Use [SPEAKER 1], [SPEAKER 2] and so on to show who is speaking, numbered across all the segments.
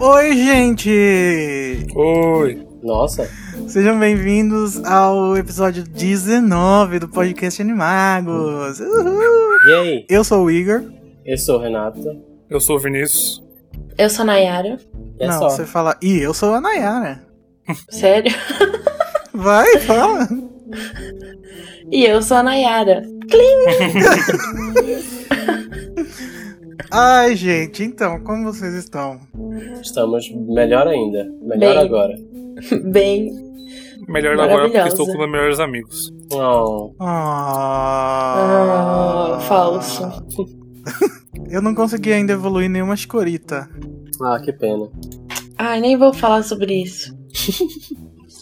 [SPEAKER 1] Oi, gente!
[SPEAKER 2] Oi.
[SPEAKER 3] Nossa,
[SPEAKER 1] Sejam bem-vindos ao episódio 19 do podcast Animagos. Uhul!
[SPEAKER 3] e aí?
[SPEAKER 1] Eu sou o Igor.
[SPEAKER 3] Eu sou o Renato.
[SPEAKER 2] Eu sou o Vinícius.
[SPEAKER 4] Eu sou a Nayara.
[SPEAKER 3] E é
[SPEAKER 1] Não,
[SPEAKER 3] só.
[SPEAKER 1] você fala. E eu sou a Nayara.
[SPEAKER 4] Sério?
[SPEAKER 1] Vai, fala.
[SPEAKER 4] E eu sou a Nayara.
[SPEAKER 1] Ai, gente, então, como vocês estão?
[SPEAKER 3] Estamos melhor ainda. Melhor
[SPEAKER 4] Bem.
[SPEAKER 3] agora.
[SPEAKER 4] Bem.
[SPEAKER 2] Melhor agora porque
[SPEAKER 4] Maravilhosa.
[SPEAKER 2] estou com meus melhores amigos.
[SPEAKER 3] Oh,
[SPEAKER 1] Ah,
[SPEAKER 4] Ah, falso.
[SPEAKER 1] Eu não consegui ainda evoluir nenhuma escorita.
[SPEAKER 3] ah, que pena.
[SPEAKER 4] Ai, nem vou falar sobre isso.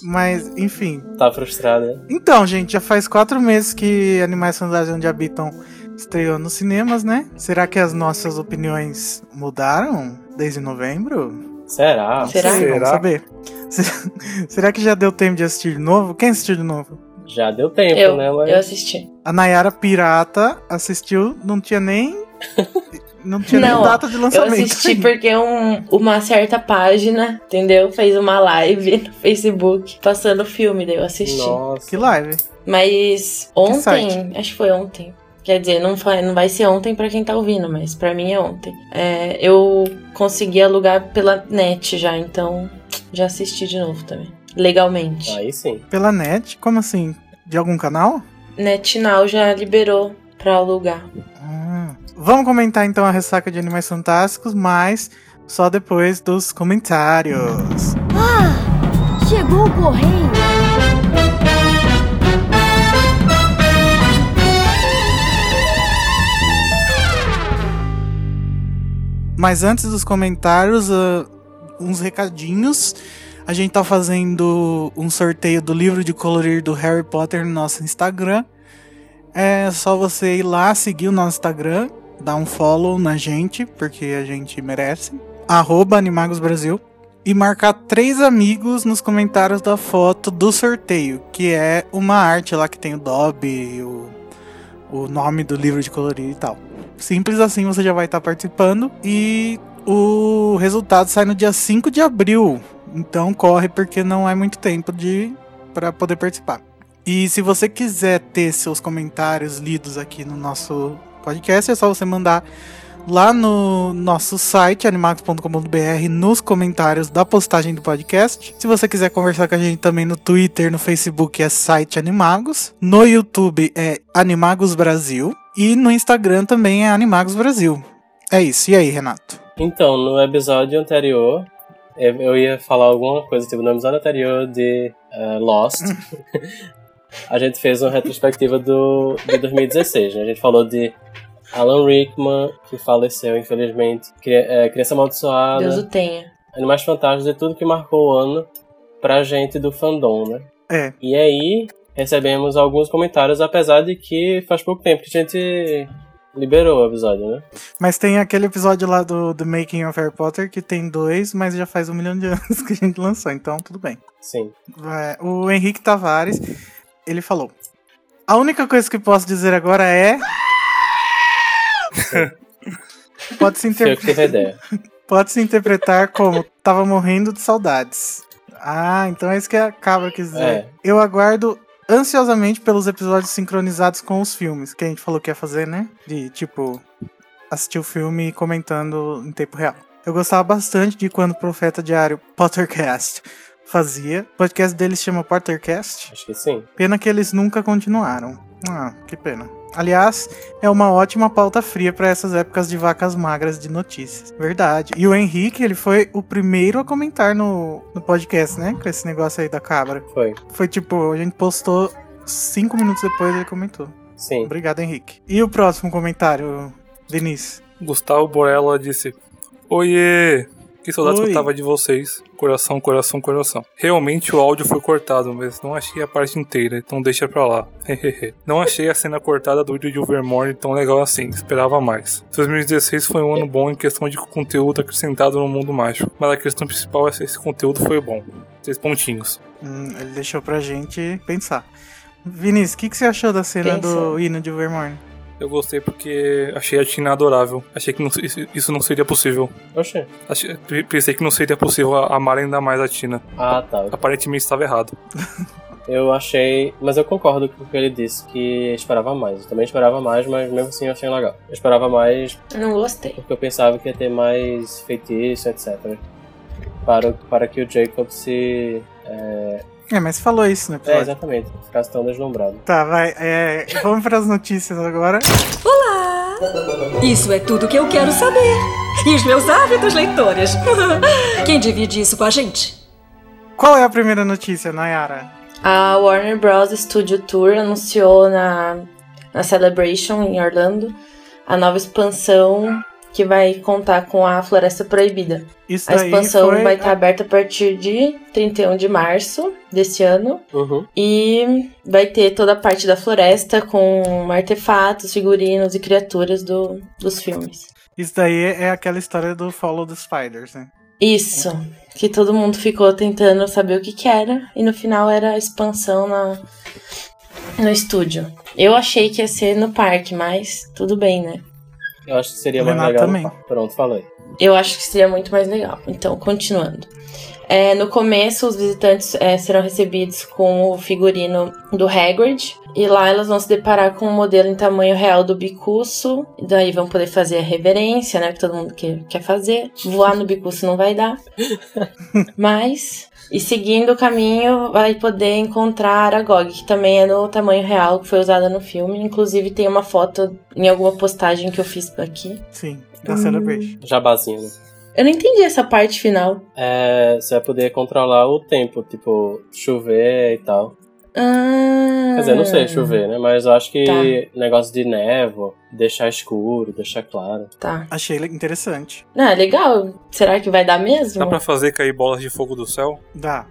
[SPEAKER 1] Mas, enfim.
[SPEAKER 3] Tá frustrada? né?
[SPEAKER 1] Então, gente, já faz quatro meses que Animais Fantásticos Onde Habitam estreou nos cinemas, né? Será que as nossas opiniões mudaram desde novembro?
[SPEAKER 3] Será?
[SPEAKER 4] Será?
[SPEAKER 1] Não sei, Vamos
[SPEAKER 2] Será?
[SPEAKER 1] saber. Se- Será que já deu tempo de assistir de novo? Quem assistiu de novo?
[SPEAKER 3] Já deu tempo,
[SPEAKER 4] Eu,
[SPEAKER 3] né? Mas
[SPEAKER 4] eu assisti.
[SPEAKER 1] A Nayara Pirata assistiu, não tinha nem. Não tinha
[SPEAKER 4] Não,
[SPEAKER 1] nem data de
[SPEAKER 4] Eu
[SPEAKER 1] lançamento.
[SPEAKER 4] assisti porque um- uma certa página, entendeu? Fez uma live no Facebook passando o filme, daí eu assisti.
[SPEAKER 3] Nossa.
[SPEAKER 1] Que live.
[SPEAKER 4] Mas
[SPEAKER 1] site?
[SPEAKER 4] ontem, acho que foi ontem. Quer dizer, não, fa- não vai ser ontem pra quem tá ouvindo, mas pra mim é ontem. É, eu consegui alugar pela net já, então já assisti de novo também. Legalmente.
[SPEAKER 3] Aí sim.
[SPEAKER 1] Pela net? Como assim? De algum canal?
[SPEAKER 4] NetNow né, já liberou pra alugar.
[SPEAKER 1] Ah. Vamos comentar então a ressaca de Animais Fantásticos, mas só depois dos comentários.
[SPEAKER 5] Chegou o correio!
[SPEAKER 1] Mas antes dos comentários, ah, uns recadinhos. A gente tá fazendo um sorteio do livro de colorir do Harry Potter no nosso Instagram. É só você ir lá, seguir o nosso Instagram, dar um follow na gente, porque a gente merece. Arroba Animagos Brasil. E marcar três amigos nos comentários da foto do sorteio, que é uma arte lá que tem o Dobby, o, o nome do livro de colorir e tal. Simples assim você já vai estar participando. E o resultado sai no dia 5 de abril. Então corre porque não é muito tempo de para poder participar. E se você quiser ter seus comentários lidos aqui no nosso podcast, é só você mandar lá no nosso site animax.com.br nos comentários da postagem do podcast. Se você quiser conversar com a gente também no Twitter, no Facebook é site Animagos, no YouTube é Animagos Brasil e no Instagram também é Animagos Brasil. É isso. E aí, Renato?
[SPEAKER 3] Então, no episódio anterior, eu eu ia falar alguma coisa, tipo, no episódio anterior de eh, Lost, a gente fez uma retrospectiva do, de 2016, né? A gente falou de Alan Rickman, que faleceu, infelizmente, Cri eh, Criança Amaldiçoada.
[SPEAKER 4] Deus o tenha.
[SPEAKER 3] Animais Fantásticos e tudo que marcou o ano pra gente do fandom, né?
[SPEAKER 1] É.
[SPEAKER 3] E aí, recebemos alguns comentários, apesar de que faz pouco tempo que a gente liberou o episódio, né?
[SPEAKER 1] Mas tem aquele episódio lá do, do Making of Harry Potter que tem dois, mas já faz um milhão de anos que a gente lançou, então tudo bem.
[SPEAKER 3] Sim.
[SPEAKER 1] Vai, É, O Henrique Tavares, ele falou: A única coisa que posso dizer agora é. Pode se,
[SPEAKER 3] Foi eu
[SPEAKER 1] inter...
[SPEAKER 3] que tive a ideia.
[SPEAKER 1] Pode se interpretar como tava morrendo de saudades. Ah, então é isso que a cabra quis dizer.
[SPEAKER 3] É.
[SPEAKER 1] Eu aguardo ansiosamente pelos episódios sincronizados com os filmes, que a gente falou que ia fazer, né? De tipo, assistir o filme e comentando em tempo real. Eu gostava bastante de quando o Profeta Diário Pottercast fazia. O podcast deles chama Pottercast.
[SPEAKER 3] Acho que sim.
[SPEAKER 1] Pena que eles nunca continuaram. Ah, que pena. Aliás, é uma ótima pauta fria para essas épocas de vacas magras de notícias. Verdade. E o Henrique, ele foi o primeiro a comentar no, no podcast, né? Com esse negócio aí da cabra.
[SPEAKER 3] Foi.
[SPEAKER 1] Foi tipo, a gente postou cinco minutos depois ele comentou.
[SPEAKER 3] Sim.
[SPEAKER 1] Obrigado, Henrique. E o próximo comentário, Denise?
[SPEAKER 2] Gustavo Borella disse: Oiê! Que saudades que
[SPEAKER 1] Oi.
[SPEAKER 2] eu tava de vocês. Coração, coração, coração. Realmente o áudio foi cortado, mas não achei a parte inteira, então deixa pra lá. não achei a cena cortada do vídeo de Overmore tão legal assim, esperava mais. 2016 foi um ano bom em questão de conteúdo acrescentado no mundo mágico, mas a questão principal é se esse conteúdo foi bom. Três pontinhos.
[SPEAKER 1] Hum, ele deixou pra gente pensar. Vinícius, o que, que você achou da cena do
[SPEAKER 4] Pensa.
[SPEAKER 1] hino de Overmorn?
[SPEAKER 2] Eu gostei porque achei a Tina adorável. Achei que não- isso- isso não seria possível.
[SPEAKER 3] Oxê.
[SPEAKER 2] Achei- pensei que não seria possível amar ainda mais a Tina.
[SPEAKER 3] Ah, tá.
[SPEAKER 2] Aparentemente estava errado.
[SPEAKER 3] Eu achei. Mas eu concordo com o que ele disse, que esperava mais. Eu também esperava mais, mas mesmo assim eu achei legal. Eu esperava mais
[SPEAKER 4] Não gostei.
[SPEAKER 3] porque eu pensava que ia ter mais feitiço, etc. Para, o- para que o Jacob se.
[SPEAKER 1] É, mas falou isso no
[SPEAKER 3] É,
[SPEAKER 1] episódio.
[SPEAKER 3] exatamente, ficasse tão deslumbrado.
[SPEAKER 1] tá, vai. é, vamos pras notícias agora.
[SPEAKER 6] Isso é tudo que eu quero saber. E os meus ávidos leitores. Quem divide isso com a gente?
[SPEAKER 1] Qual é a primeira notícia, Nayara?
[SPEAKER 4] A Warner Bros. Studio Tour anunciou na, na Celebration em Orlando a nova expansão que vai contar com a Floresta Proibida.
[SPEAKER 1] Isso
[SPEAKER 4] A
[SPEAKER 1] daí
[SPEAKER 4] expansão
[SPEAKER 1] foi
[SPEAKER 4] vai tá- estar aberta a partir de 31 de março desse ano.
[SPEAKER 3] Uhum.
[SPEAKER 4] E vai ter toda a parte da floresta com artefatos, figurinos e criaturas do, dos filmes.
[SPEAKER 1] Isso daí é aquela história do Follow the Spiders, né?
[SPEAKER 4] Isso, que todo mundo ficou tentando saber o que que era e no final era a expansão na no estúdio. Eu achei que ia ser no parque, mas tudo bem, né?
[SPEAKER 3] Eu acho que seria mais
[SPEAKER 1] Renato
[SPEAKER 3] legal.
[SPEAKER 1] também.
[SPEAKER 3] Pronto, falei.
[SPEAKER 4] Eu acho que seria muito mais legal. Então, continuando. É, no começo, os visitantes é, serão recebidos com o figurino do Hagrid. E lá elas vão se deparar com um modelo em tamanho real do Bicuço. E daí vão poder fazer a reverência, né? Que todo mundo que- quer fazer. Voar no Bicuço não vai dar. Mas... E seguindo o caminho, vai poder encontrar a Gog, que também é no tamanho real que foi usada no filme. Inclusive, tem uma foto em alguma postagem que eu fiz aqui.
[SPEAKER 1] Sim, da
[SPEAKER 4] Hum.
[SPEAKER 1] Celebration.
[SPEAKER 3] Jabazinho, né?
[SPEAKER 4] Eu não entendi essa parte final.
[SPEAKER 3] É, você vai poder controlar o tempo, tipo, chover e tal.
[SPEAKER 4] Ah,
[SPEAKER 3] Quer dizer, não sei chover, né? Mas eu acho que
[SPEAKER 4] É. Tá.
[SPEAKER 3] negócio de névoa, deixar escuro, deixar claro.
[SPEAKER 4] Tá.
[SPEAKER 1] Achei interessante.
[SPEAKER 4] Não, é legal. Será que vai dar mesmo?
[SPEAKER 1] É.
[SPEAKER 2] Dá pra fazer cair bolas de fogo do céu?
[SPEAKER 1] Dá.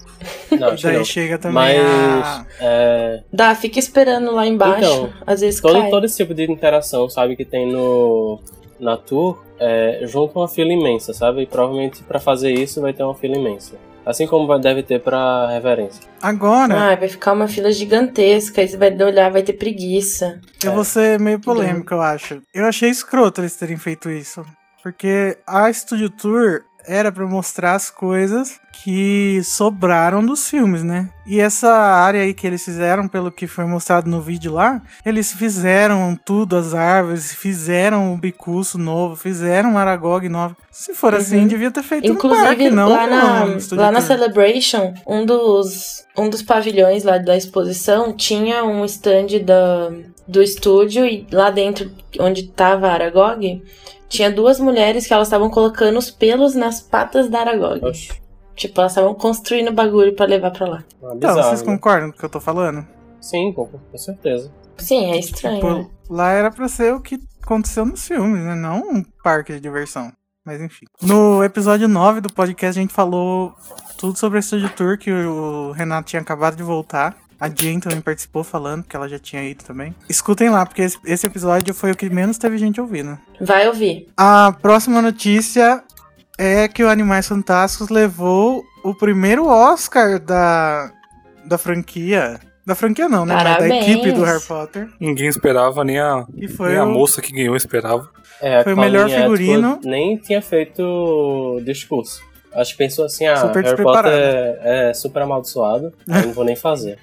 [SPEAKER 3] Não,
[SPEAKER 1] E
[SPEAKER 3] acho que
[SPEAKER 1] daí
[SPEAKER 3] não.
[SPEAKER 1] chega também a...
[SPEAKER 3] Mas é,
[SPEAKER 4] Dá, fica esperando lá embaixo.
[SPEAKER 3] Então,
[SPEAKER 4] Às vezes
[SPEAKER 3] todo,
[SPEAKER 4] cai.
[SPEAKER 3] todo esse tipo de interação, sabe, que tem no na tour, é, junta uma fila imensa, sabe? E provavelmente pra fazer isso vai ter uma fila imensa. Assim como vai- deve ter pra reverência.
[SPEAKER 1] Agora,
[SPEAKER 4] Ah, vai ficar uma fila gigantesca. Aí você vai olhar, vai ter preguiça.
[SPEAKER 1] eu vou ser meio
[SPEAKER 4] Então-
[SPEAKER 1] polêmico, eu acho. Eu achei escroto eles terem feito isso. Porque a Studio Tour era pra mostrar as coisas que sobraram dos filmes, né? E essa área aí que eles fizeram, pelo que foi mostrado no vídeo lá, eles fizeram tudo, as árvores, fizeram o bicuço novo, fizeram o Aragog novo. Se for assim, devia ter
[SPEAKER 3] Então,
[SPEAKER 1] feito um
[SPEAKER 4] Uhum. Inclusive,
[SPEAKER 1] parque, não
[SPEAKER 4] lá, na,
[SPEAKER 1] um Studio
[SPEAKER 4] lá na
[SPEAKER 3] tá.
[SPEAKER 1] Tour.
[SPEAKER 4] Celebration, um dos, um dos pavilhões lá da exposição tinha um stand da, do estúdio e lá dentro, onde tava a Aragog, tinha duas mulheres que elas estavam colocando os pelos nas patas da Aragog.
[SPEAKER 3] Oxi,
[SPEAKER 4] Tipo, elas estavam construindo bagulho pra levar pra lá.
[SPEAKER 3] é
[SPEAKER 1] Então,
[SPEAKER 3] bizarro.
[SPEAKER 1] vocês
[SPEAKER 3] né?
[SPEAKER 1] concordam com o que eu tô falando?
[SPEAKER 3] Sim, com, com certeza.
[SPEAKER 4] Sim, é estranho. né?
[SPEAKER 1] Tipo, lá era pra ser o que aconteceu nos filmes, né? Não um parque de diversão. Mas enfim. No episódio 9 do podcast, a gente falou tudo sobre a Studio Tour, que o Renato tinha acabado de voltar. A Jane também participou falando, porque ela já tinha ido também. Escutem lá, porque esse, esse episódio foi o que menos teve gente ouvindo.
[SPEAKER 4] Vai ouvir.
[SPEAKER 1] A próxima notícia é que o Animais Fantásticos levou o primeiro Oscar da, da franquia. Da franquia não, né? Mas da
[SPEAKER 4] Parabéns.
[SPEAKER 1] equipe do Harry Potter.
[SPEAKER 2] Ninguém esperava, nem a,
[SPEAKER 1] E foi
[SPEAKER 2] nem a
[SPEAKER 1] o-
[SPEAKER 2] moça que ganhou esperava.
[SPEAKER 3] É, a
[SPEAKER 1] Foi o melhor
[SPEAKER 3] Colleen Atwood
[SPEAKER 1] figurino.
[SPEAKER 3] nem tinha feito discurso. Acho que pensou assim, ah,
[SPEAKER 1] Super
[SPEAKER 3] Harry
[SPEAKER 1] despreparada.
[SPEAKER 3] Potter é, é super amaldiçoado, aí eu não vou nem fazer.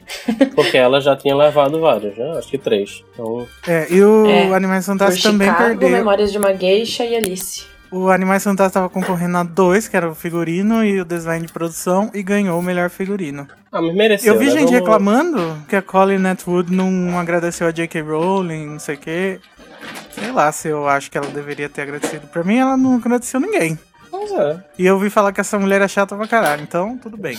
[SPEAKER 3] Porque ela já tinha levado vários, né? Acho que três. Então,
[SPEAKER 1] É, e o
[SPEAKER 4] É,
[SPEAKER 1] Animais
[SPEAKER 4] Por
[SPEAKER 1] Fantásticos Tá, também
[SPEAKER 4] Chicago,
[SPEAKER 1] perdeu.
[SPEAKER 4] Memórias de uma Geisha e Alice.
[SPEAKER 1] O Animais Fantásticos tava concorrendo a dois, que era o figurino e o design de produção, e ganhou o melhor figurino.
[SPEAKER 3] ah, mas mereceu,
[SPEAKER 1] Eu vi
[SPEAKER 3] né?
[SPEAKER 1] gente
[SPEAKER 3] Vamos-
[SPEAKER 1] reclamando que a Colin Atwood não agradeceu a J.K. Rowling, não sei o quê. Sei lá se eu acho que ela deveria ter agradecido. Pra mim, ela não agradeceu ninguém.
[SPEAKER 4] Não
[SPEAKER 3] Pois é.
[SPEAKER 1] E eu ouvi falar que essa mulher é chata pra caralho, então tudo bem.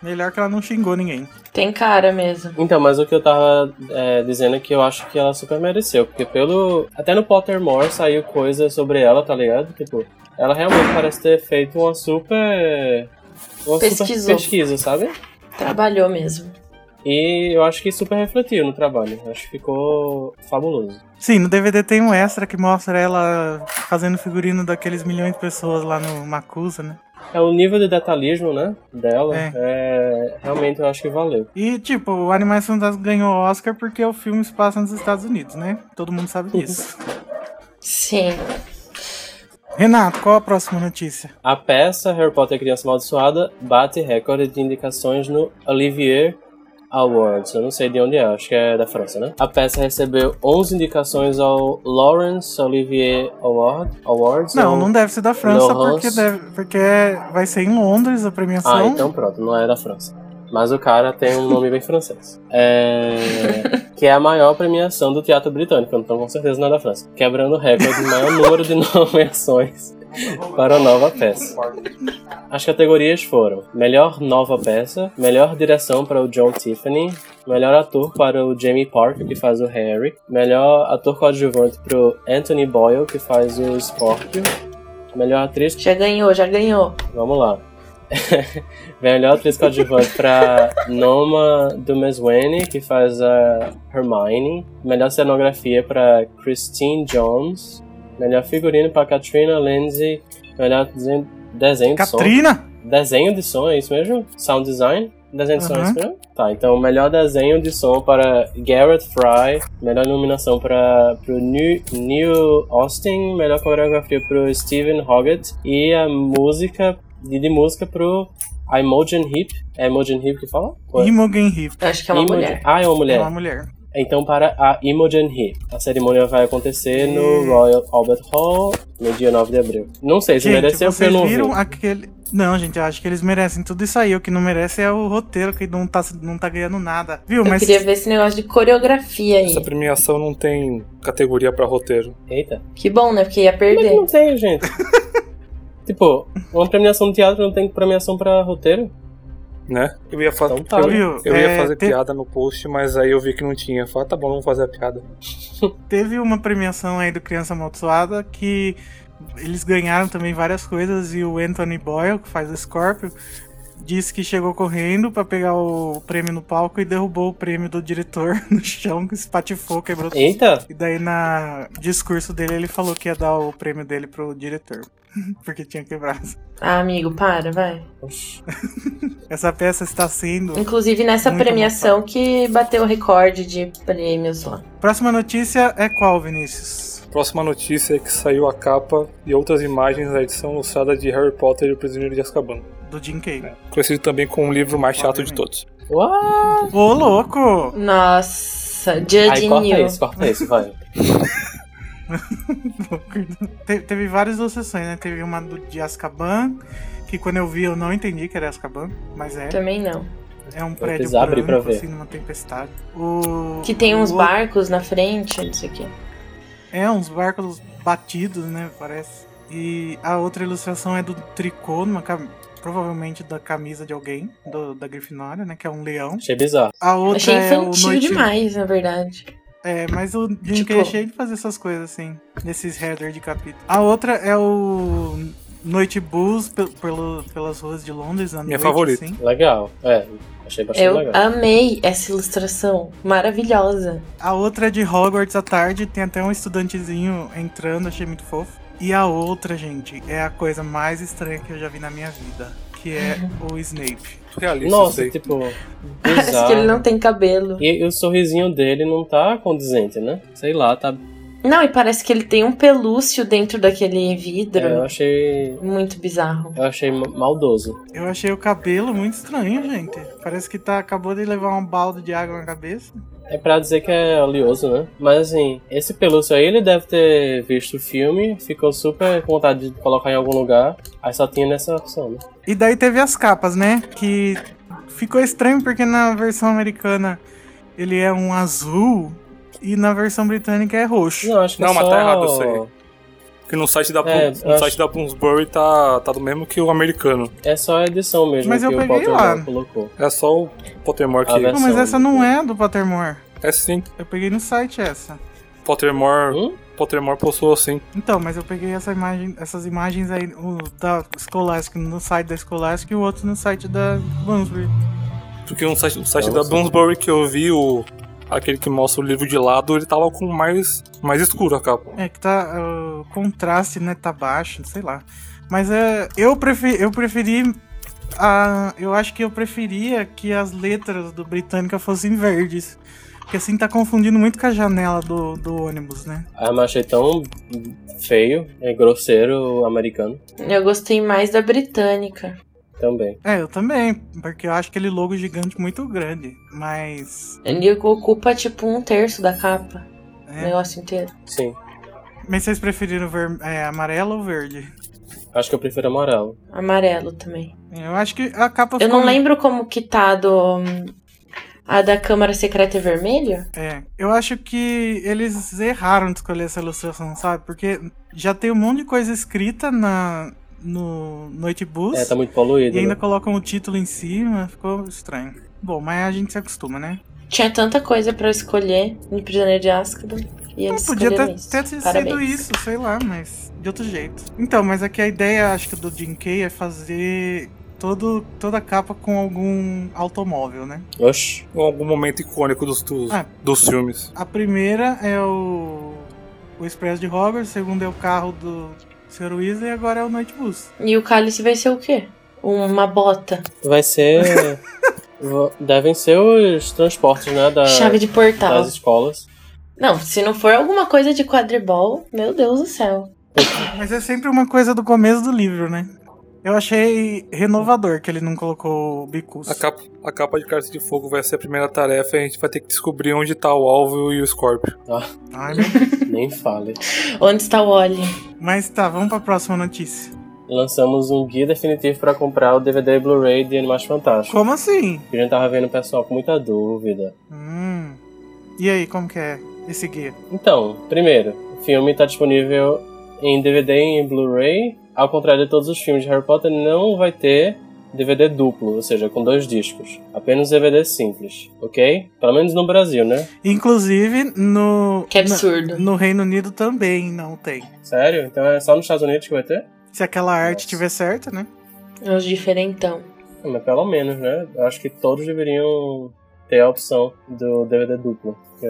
[SPEAKER 1] Melhor que ela não xingou ninguém.
[SPEAKER 4] Tem cara mesmo.
[SPEAKER 3] Então, mas o que eu tava é, dizendo é que eu acho que ela super mereceu, porque pelo. Até no Pottermore saiu coisa sobre ela, tá ligado? Tipo, ela realmente parece ter feito uma super. Uma super
[SPEAKER 4] Pesquisou.
[SPEAKER 3] pesquisa, sabe?
[SPEAKER 4] Trabalhou mesmo.
[SPEAKER 3] E eu acho que super refletiu no trabalho. Acho que ficou fabuloso.
[SPEAKER 1] Sim, no DVD tem um extra que mostra ela fazendo figurino daqueles milhões de pessoas lá no Macusa, né?
[SPEAKER 3] É o nível de detalhismo, né? Dela.
[SPEAKER 1] É.
[SPEAKER 3] é, realmente eu acho que valeu.
[SPEAKER 1] E, tipo, o Animais Fantásticos ganhou Oscar porque o filme se passa nos Estados Unidos, né? Todo mundo sabe disso.
[SPEAKER 4] Sim.
[SPEAKER 1] Renato, qual a próxima notícia?
[SPEAKER 3] A peça Harry Potter e a Criança Amaldiçoada bate recorde de indicações no Olivier Awards. Eu não sei de onde é, acho que é da França, né? A peça recebeu 11 indicações ao Laurence Olivier Award, Awards.
[SPEAKER 1] Não, não deve ser da França
[SPEAKER 3] Laurence.
[SPEAKER 1] porque, deve- porque vai ser em Londres a premiação.
[SPEAKER 3] Ah, então pronto, não é da França. Mas o cara tem um nome bem francês. É... que é a maior premiação do teatro britânico, então com certeza não é da França. Quebrando o recorde do maior número de nomeações para a nova peça. As categorias foram Melhor Nova Peça, Melhor Direção para o John Tiffany, Melhor Ator para o Jamie Parker, que faz o Harry, Melhor Ator Coadjuvante para o Anthony Boyle, que faz o Scorpio, Melhor Atriz
[SPEAKER 4] Já ganhou, já ganhou.
[SPEAKER 3] Vamos lá. Melhor atriz coadjuvante pra Noma Dumeswene, que faz a Hermione. Melhor cenografia pra Christine Jones. Melhor figurino pra Katrina Lindsay. Melhor desen- desenho de som.
[SPEAKER 1] Katrina?
[SPEAKER 3] Desenho de som, é isso mesmo? Sound design? Desenho de som, é
[SPEAKER 1] Aham.
[SPEAKER 3] isso mesmo? Tá, então melhor desenho de som para Garrett Fry, melhor iluminação para pro New, Neil Austin, melhor coreografia pro Steven Hoggett e a música e de música pro Imogen Heap. É Imogen Heap que fala? Ou é-
[SPEAKER 1] Imogen Heap.
[SPEAKER 4] Eu acho que é uma
[SPEAKER 3] Imogen-
[SPEAKER 4] mulher.
[SPEAKER 3] Ah, é uma
[SPEAKER 1] É
[SPEAKER 3] mulher.
[SPEAKER 1] uma mulher.
[SPEAKER 3] Então, para a Imogen Heap. A cerimônia vai acontecer no
[SPEAKER 1] Hum.
[SPEAKER 3] Royal Albert Hall no dia 9 de abril. Não sei se
[SPEAKER 1] Gente,
[SPEAKER 3] mereceu porque eu
[SPEAKER 1] vocês
[SPEAKER 3] não
[SPEAKER 1] viram
[SPEAKER 3] vi.
[SPEAKER 1] aquele. Não, gente, eu acho que eles merecem tudo isso aí. O que não merece é o roteiro, que não tá, não tá ganhando nada.
[SPEAKER 3] Ah,
[SPEAKER 1] Viu?
[SPEAKER 4] Eu
[SPEAKER 1] Mas
[SPEAKER 4] queria ver esse negócio de coreografia aí.
[SPEAKER 2] Essa premiação não tem categoria pra roteiro.
[SPEAKER 3] Eita.
[SPEAKER 4] Que bom, né? Porque ia
[SPEAKER 3] Como é que
[SPEAKER 4] perder.
[SPEAKER 3] não tem, gente? tipo, uma premiação no teatro não tem premiação pra roteiro?
[SPEAKER 2] né? Eu ia, fa-
[SPEAKER 3] Então tá.
[SPEAKER 2] eu,
[SPEAKER 1] viu?
[SPEAKER 2] eu ia
[SPEAKER 1] É,
[SPEAKER 2] fazer
[SPEAKER 1] te-
[SPEAKER 2] piada no post, mas aí eu vi que não tinha. Eu Falei, tá bom, vamos fazer a piada.
[SPEAKER 1] Teve uma premiação aí do Criança Amaldiçoada que eles ganharam também várias coisas e o Anthony Boyle, que faz o Scorpio, disse que chegou correndo pra pegar o prêmio no palco e derrubou o prêmio do diretor no chão, que espatifou, quebrou tudo.
[SPEAKER 3] Eita!
[SPEAKER 1] E daí na discurso dele ele falou que ia dar o prêmio dele pro diretor, porque tinha quebrado.
[SPEAKER 4] Ah, amigo, para, vai.
[SPEAKER 1] Essa peça está sendo
[SPEAKER 4] Inclusive nessa
[SPEAKER 1] Muito
[SPEAKER 4] premiação que bateu o recorde de prêmios lá.
[SPEAKER 1] Próxima notícia é qual, Vinícius?
[SPEAKER 2] Próxima notícia é que saiu a capa e outras imagens da edição lustrada de Harry Potter e o Prisioneiro de Azkaban.
[SPEAKER 1] Do Jim Kay.
[SPEAKER 2] Conhecido também como o livro mais chato de todos.
[SPEAKER 3] Uau!
[SPEAKER 1] Ô, louco!
[SPEAKER 4] Nossa,
[SPEAKER 3] Aí
[SPEAKER 4] Judge
[SPEAKER 3] corta
[SPEAKER 4] New.
[SPEAKER 3] isso, corta isso, vai.
[SPEAKER 1] Te- teve várias ilustrações, né? Teve uma do, de Azkaban, que quando eu vi eu não entendi que era Azkaban, mas é.
[SPEAKER 4] Também não.
[SPEAKER 1] É um
[SPEAKER 3] preciso
[SPEAKER 1] prédio
[SPEAKER 3] abrir
[SPEAKER 1] branco,
[SPEAKER 3] pra ver.
[SPEAKER 1] assim, numa tempestade. O,
[SPEAKER 4] Que tem uns
[SPEAKER 1] o-
[SPEAKER 4] barcos na frente, não sei o quê.
[SPEAKER 1] É, uns barcos batidos, né? Parece. E a outra ilustração é do tricô, numa cam- provavelmente da camisa de alguém, do- da Grifinória, né? Que é um leão.
[SPEAKER 3] Achei bizarro.
[SPEAKER 1] A outra
[SPEAKER 4] Achei
[SPEAKER 1] é o
[SPEAKER 4] infantil
[SPEAKER 1] noite...
[SPEAKER 4] demais, na verdade.
[SPEAKER 1] É, mas o Jim
[SPEAKER 4] Tipo-
[SPEAKER 1] Carrey é cheio de fazer essas coisas assim, nesses header de capítulo. A outra é o Noite Blues pe- pelo, pelas ruas de Londres, na
[SPEAKER 2] Minha
[SPEAKER 1] noite,
[SPEAKER 2] favorita.
[SPEAKER 1] assim.
[SPEAKER 3] Legal. É, achei bastante
[SPEAKER 4] Eu
[SPEAKER 3] legal.
[SPEAKER 4] amei essa ilustração. Maravilhosa.
[SPEAKER 1] A outra é de Hogwarts à tarde, tem até um estudantezinho entrando, achei muito fofo. E a outra, gente, é a coisa mais estranha que eu já vi na minha vida, que é o Snape.
[SPEAKER 2] Realista,
[SPEAKER 3] Nossa,
[SPEAKER 2] sei.
[SPEAKER 3] tipo,
[SPEAKER 4] Acho que ele
[SPEAKER 3] bizarro.
[SPEAKER 4] não tem cabelo.
[SPEAKER 3] E o sorrisinho dele não tá condizente, né? Sei lá, tá.
[SPEAKER 4] Não, e parece que ele tem um pelúcio dentro daquele vidro.
[SPEAKER 3] Eu achei.
[SPEAKER 4] Muito bizarro.
[SPEAKER 3] Eu achei ma- maldoso.
[SPEAKER 1] Eu achei o cabelo muito estranho, gente. Parece que tá acabou de levar um balde de água na cabeça.
[SPEAKER 3] É pra dizer que é oleoso, né? Mas assim, esse pelúcio aí ele deve ter visto o filme, ficou super com vontade de colocar em algum lugar, aí só tinha nessa opção, né?
[SPEAKER 1] E daí teve as capas, né? Que ficou estranho porque na versão americana ele é um azul e na versão britânica é roxo.
[SPEAKER 3] Não, acho que
[SPEAKER 2] Não,
[SPEAKER 3] é só...
[SPEAKER 2] mas tá errado isso aí. Porque no site da,
[SPEAKER 3] É,
[SPEAKER 2] Plum-
[SPEAKER 3] eu
[SPEAKER 2] no
[SPEAKER 3] acho-
[SPEAKER 2] site da Bloomsbury tá, tá do mesmo que o americano.
[SPEAKER 3] É só a edição mesmo
[SPEAKER 1] Mas
[SPEAKER 3] que
[SPEAKER 1] eu
[SPEAKER 3] o
[SPEAKER 1] peguei lá.
[SPEAKER 3] Potter colocou.
[SPEAKER 2] É só o Pottermore
[SPEAKER 3] Ah,
[SPEAKER 1] Não,
[SPEAKER 2] que...
[SPEAKER 3] velho.
[SPEAKER 1] mas
[SPEAKER 3] São-
[SPEAKER 1] essa não é do Pottermore.
[SPEAKER 2] É sim,
[SPEAKER 1] Eu peguei no site essa.
[SPEAKER 2] Pottermore...
[SPEAKER 3] Hum?
[SPEAKER 2] Pottermore postou sim.
[SPEAKER 1] Então, mas eu peguei essa imagem, essas imagens aí o, da Scholastic no site da Scholastic e o outro no site da Bloomsbury.
[SPEAKER 2] Porque no site, no site
[SPEAKER 3] Não,
[SPEAKER 2] da
[SPEAKER 3] sim.
[SPEAKER 2] Bloomsbury que eu vi, o... Aquele que mostra o livro de lado, ele tava com mais, mais escuro a capa.
[SPEAKER 1] É que tá. uh, O contraste, né? Tá baixo, sei lá. Mas é, eu, preferi, eu preferi. A, eu acho que eu preferia que as letras do Britânica fossem verdes. Porque assim tá confundindo muito com a janela do, do ônibus, né?
[SPEAKER 3] Ah, mas achei tão feio, é grosseiro o americano
[SPEAKER 4] Eu gostei mais da britânica.
[SPEAKER 3] também.
[SPEAKER 1] É, eu também, porque eu acho aquele logo gigante muito grande. Mas.
[SPEAKER 4] Ele ocupa tipo um terço da capa. O
[SPEAKER 1] É.
[SPEAKER 4] negócio inteiro.
[SPEAKER 3] Sim.
[SPEAKER 1] Mas vocês preferiram ver, é, amarelo ou verde?
[SPEAKER 3] Acho que eu prefiro amarelo.
[SPEAKER 4] Amarelo também.
[SPEAKER 1] Eu acho que a capa
[SPEAKER 4] Eu
[SPEAKER 1] ficou-
[SPEAKER 4] não lembro como que tá do. hum, A da Câmara Secreta é vermelho?
[SPEAKER 1] É, eu acho que eles erraram de escolher essa ilustração, sabe? Porque já tem um monte de coisa escrita na, no Noite Bus
[SPEAKER 3] É, tá muito poluído.
[SPEAKER 1] e ainda
[SPEAKER 3] né?
[SPEAKER 1] colocam o título em cima, ficou estranho. Bom, mas a gente se acostuma, né?
[SPEAKER 4] Tinha tanta coisa pra eu escolher em Prisioneiro de Azkaban. E
[SPEAKER 1] Não,
[SPEAKER 4] eles
[SPEAKER 1] podia
[SPEAKER 4] escolheram
[SPEAKER 1] ter,
[SPEAKER 4] isso.
[SPEAKER 1] ter sido
[SPEAKER 4] Parabéns.
[SPEAKER 1] isso, sei lá, mas de outro jeito. Então, mas aqui a ideia, acho que do Jim Kay é fazer todo, toda a capa com algum automóvel, né?
[SPEAKER 3] Oxi.
[SPEAKER 2] Ou algum momento icônico dos, dos,
[SPEAKER 1] Ah.
[SPEAKER 2] dos filmes.
[SPEAKER 1] A primeira é o, o Expresso de Hogwarts, a segunda é o carro do Sr. Weasley e agora é o Night Bus.
[SPEAKER 4] E o cálice vai ser o quê? Uma bota.
[SPEAKER 3] Vai ser. vo- Devem ser os transportes, né? Da...
[SPEAKER 4] Chave de portal.
[SPEAKER 3] das escolas.
[SPEAKER 4] Não, se não for alguma coisa de quadribol, meu Deus do céu.
[SPEAKER 1] Mas é sempre uma coisa do começo do livro, né? Eu achei renovador que ele não colocou o Bicus.
[SPEAKER 2] A capa, a capa de Carta de Fogo vai ser a primeira tarefa e a gente vai ter que descobrir onde tá o alvo e o Scorpio.
[SPEAKER 1] Ai, meu Deus.
[SPEAKER 3] Nem fale.
[SPEAKER 4] Onde está o Oli?
[SPEAKER 1] Mas tá, vamos pra próxima notícia.
[SPEAKER 3] Lançamos um guia definitivo pra comprar o DVD e Blu-ray de Animais Fantásticos.
[SPEAKER 1] Como assim?
[SPEAKER 3] A gente tava vendo o pessoal com muita dúvida.
[SPEAKER 1] Hum. E aí, como que é esse guia?
[SPEAKER 3] Então, primeiro, o filme tá disponível em DVD e em Blu-ray. Ao contrário de todos os filmes de Harry Potter, não vai ter DVD duplo, ou seja, com dois discos. Apenas DVD simples, ok? Pelo menos no Brasil, né?
[SPEAKER 1] Inclusive, no.
[SPEAKER 4] Que absurdo.
[SPEAKER 1] na- No Reino Unido também não tem.
[SPEAKER 3] Sério? Então é só nos Estados Unidos que vai ter?
[SPEAKER 1] Se aquela arte
[SPEAKER 3] Nossa.
[SPEAKER 1] tiver certa, né?
[SPEAKER 4] É os diferentão.
[SPEAKER 3] Mas pelo menos, né? Eu acho que todos deveriam ter a opção do DVD duplo. que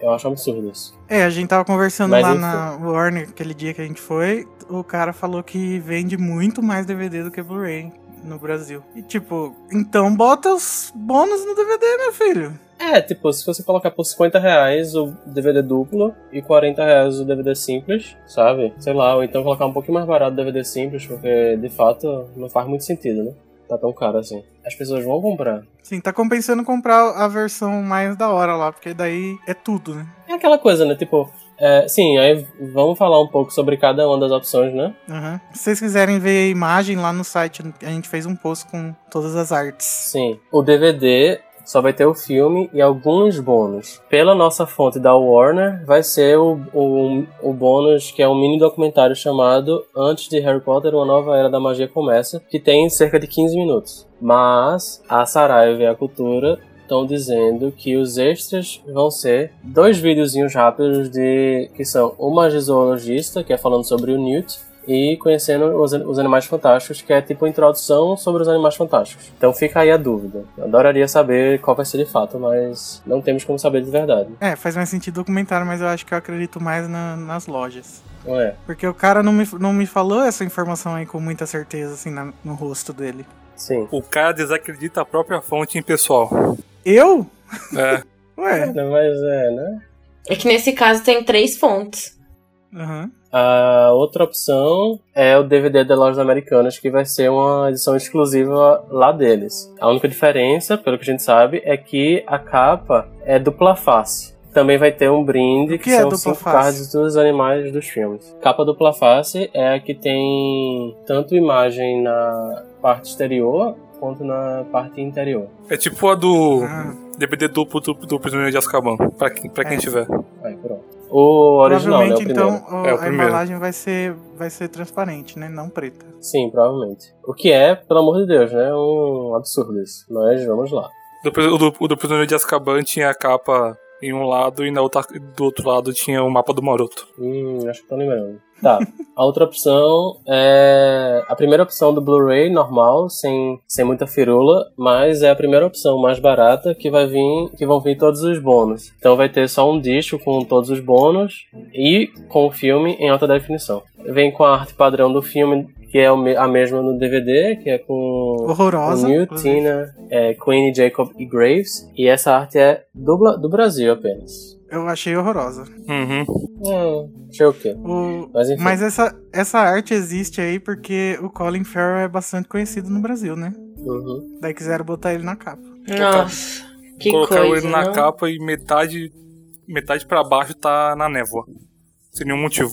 [SPEAKER 3] Eu acho um absurdo isso.
[SPEAKER 1] É, a gente tava conversando
[SPEAKER 3] Mas
[SPEAKER 1] lá
[SPEAKER 3] enfim.
[SPEAKER 1] na Warner aquele dia que a gente foi. O cara falou que vende muito mais DVD do que Blu-ray no Brasil. E tipo, então bota os bônus no DVD, meu filho.
[SPEAKER 3] É, tipo, se você colocar por 50 reais o DVD duplo e 40 reais o DVD simples, sabe? Sei lá, ou então colocar um pouquinho mais barato o DVD simples, porque de fato não faz muito sentido, né? Tá tão caro assim. As pessoas vão comprar.
[SPEAKER 1] Sim, tá compensando comprar a versão mais da hora lá, porque daí é tudo, né?
[SPEAKER 3] É aquela coisa, né? Tipo, é, sim, aí vamos falar um pouco sobre cada uma das opções, né?
[SPEAKER 1] Aham. Se vocês quiserem ver a imagem lá no site, a gente fez um post com todas as artes.
[SPEAKER 3] Sim. O DVD só vai ter o filme e alguns bônus. Pela nossa fonte da Warner, vai ser o, o, o bônus que é um mini documentário chamado Antes de Harry Potter, Uma Nova Era da Magia Começa, que tem cerca de 15 minutos. Mas a Saraiva e a Cultura estão dizendo que os extras vão ser dois videozinhos rápidos de que são uma zoologista, que é falando sobre o Newt, e conhecendo os, os animais fantásticos, que é tipo introdução sobre os animais fantásticos. Então fica aí a dúvida. Eu adoraria saber qual vai ser de fato, mas não temos como saber de verdade.
[SPEAKER 1] É, faz mais sentido documentário, mas eu acho que eu acredito mais na- nas lojas.
[SPEAKER 3] Não é?
[SPEAKER 1] Porque o cara não me, não me falou essa informação aí com muita certeza, assim, na- no rosto dele.
[SPEAKER 3] Sim.
[SPEAKER 2] O cara desacredita a própria fonte, hein, pessoal?
[SPEAKER 1] Eu?
[SPEAKER 2] É.
[SPEAKER 1] Ué.
[SPEAKER 3] Não, Mas é, né?
[SPEAKER 4] É que nesse caso tem três fontes.
[SPEAKER 1] Aham.
[SPEAKER 3] A outra opção é o DVD da Lojas Americanas, que vai ser uma edição exclusiva lá deles. A única diferença, pelo que a gente sabe, é que a capa é dupla face. Também vai ter um brinde
[SPEAKER 1] O
[SPEAKER 3] que,
[SPEAKER 1] que é
[SPEAKER 3] são
[SPEAKER 1] dupla
[SPEAKER 3] cinco
[SPEAKER 1] face?
[SPEAKER 3] cards dos animais dos filmes. Capa dupla face é a que tem tanto imagem na parte exterior quanto na parte interior.
[SPEAKER 2] É tipo a do
[SPEAKER 1] Ah,
[SPEAKER 3] né,
[SPEAKER 2] DVD duplo do, do Prisioneiro de Azkaban, pra quem, pra quem
[SPEAKER 1] É.
[SPEAKER 2] tiver.
[SPEAKER 3] Aí, pronto. O original, né? O
[SPEAKER 1] Provavelmente,
[SPEAKER 3] primeiro.
[SPEAKER 1] então, o-
[SPEAKER 2] É, o
[SPEAKER 1] a
[SPEAKER 2] primeiro.
[SPEAKER 1] embalagem vai ser, vai ser transparente, né? Não preta.
[SPEAKER 3] Sim, provavelmente. O que é, pelo amor de Deus, né? Um absurdo isso. Mas vamos lá.
[SPEAKER 2] Do pris- O do, o do Prisioneiro de Azkaban tinha a capa em um lado e na outra, do outro lado tinha o mapa do Maroto.
[SPEAKER 3] Hum, acho que tô lembrando. Tá. A outra opção é. A primeira opção do Blu-ray normal, sem, sem muita firula, mas é a primeira opção mais barata que vai vir. que vão vir todos os bônus. Então vai ter só um disco com todos os bônus e com o filme em alta definição. Vem com a arte padrão do filme, que é o me- a mesma no DVD, que é com.
[SPEAKER 1] Horrorosa.
[SPEAKER 3] O New
[SPEAKER 1] inclusive.
[SPEAKER 3] Tina, é, Queen, Jacob e Graves. E essa arte é do, Bla- do Brasil apenas.
[SPEAKER 1] Eu achei horrorosa.
[SPEAKER 2] Uhum.
[SPEAKER 3] Hum, achei o quê?
[SPEAKER 1] O-
[SPEAKER 3] Mas enfim.
[SPEAKER 1] Mas essa, essa arte existe aí porque o Colin Farrell é bastante conhecido no Brasil, né?
[SPEAKER 3] Uhum.
[SPEAKER 1] Daí quiseram botar ele na capa.
[SPEAKER 4] Nossa, que
[SPEAKER 2] Colocaram
[SPEAKER 4] coisa.
[SPEAKER 2] ele na
[SPEAKER 4] não?
[SPEAKER 2] capa e metade, metade para baixo tá na névoa. Sem nenhum motivo.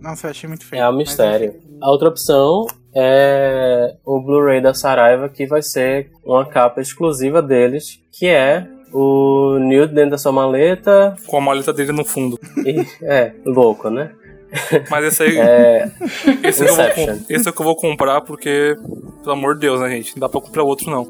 [SPEAKER 1] Nossa, eu achei muito feio.
[SPEAKER 3] É um
[SPEAKER 1] mas
[SPEAKER 3] mistério. A outra opção é o Blu-ray da Saraiva, que vai ser uma capa exclusiva deles, que é o Newt dentro da sua maleta.
[SPEAKER 2] Com a maleta dele no fundo.
[SPEAKER 3] E, é, louco, né?
[SPEAKER 2] Mas esse aí.
[SPEAKER 3] É,
[SPEAKER 2] esse, eu vou,
[SPEAKER 3] Inception.
[SPEAKER 2] com- esse é o que eu vou comprar porque, pelo amor de Deus, né, gente? Não dá pra comprar outro, não.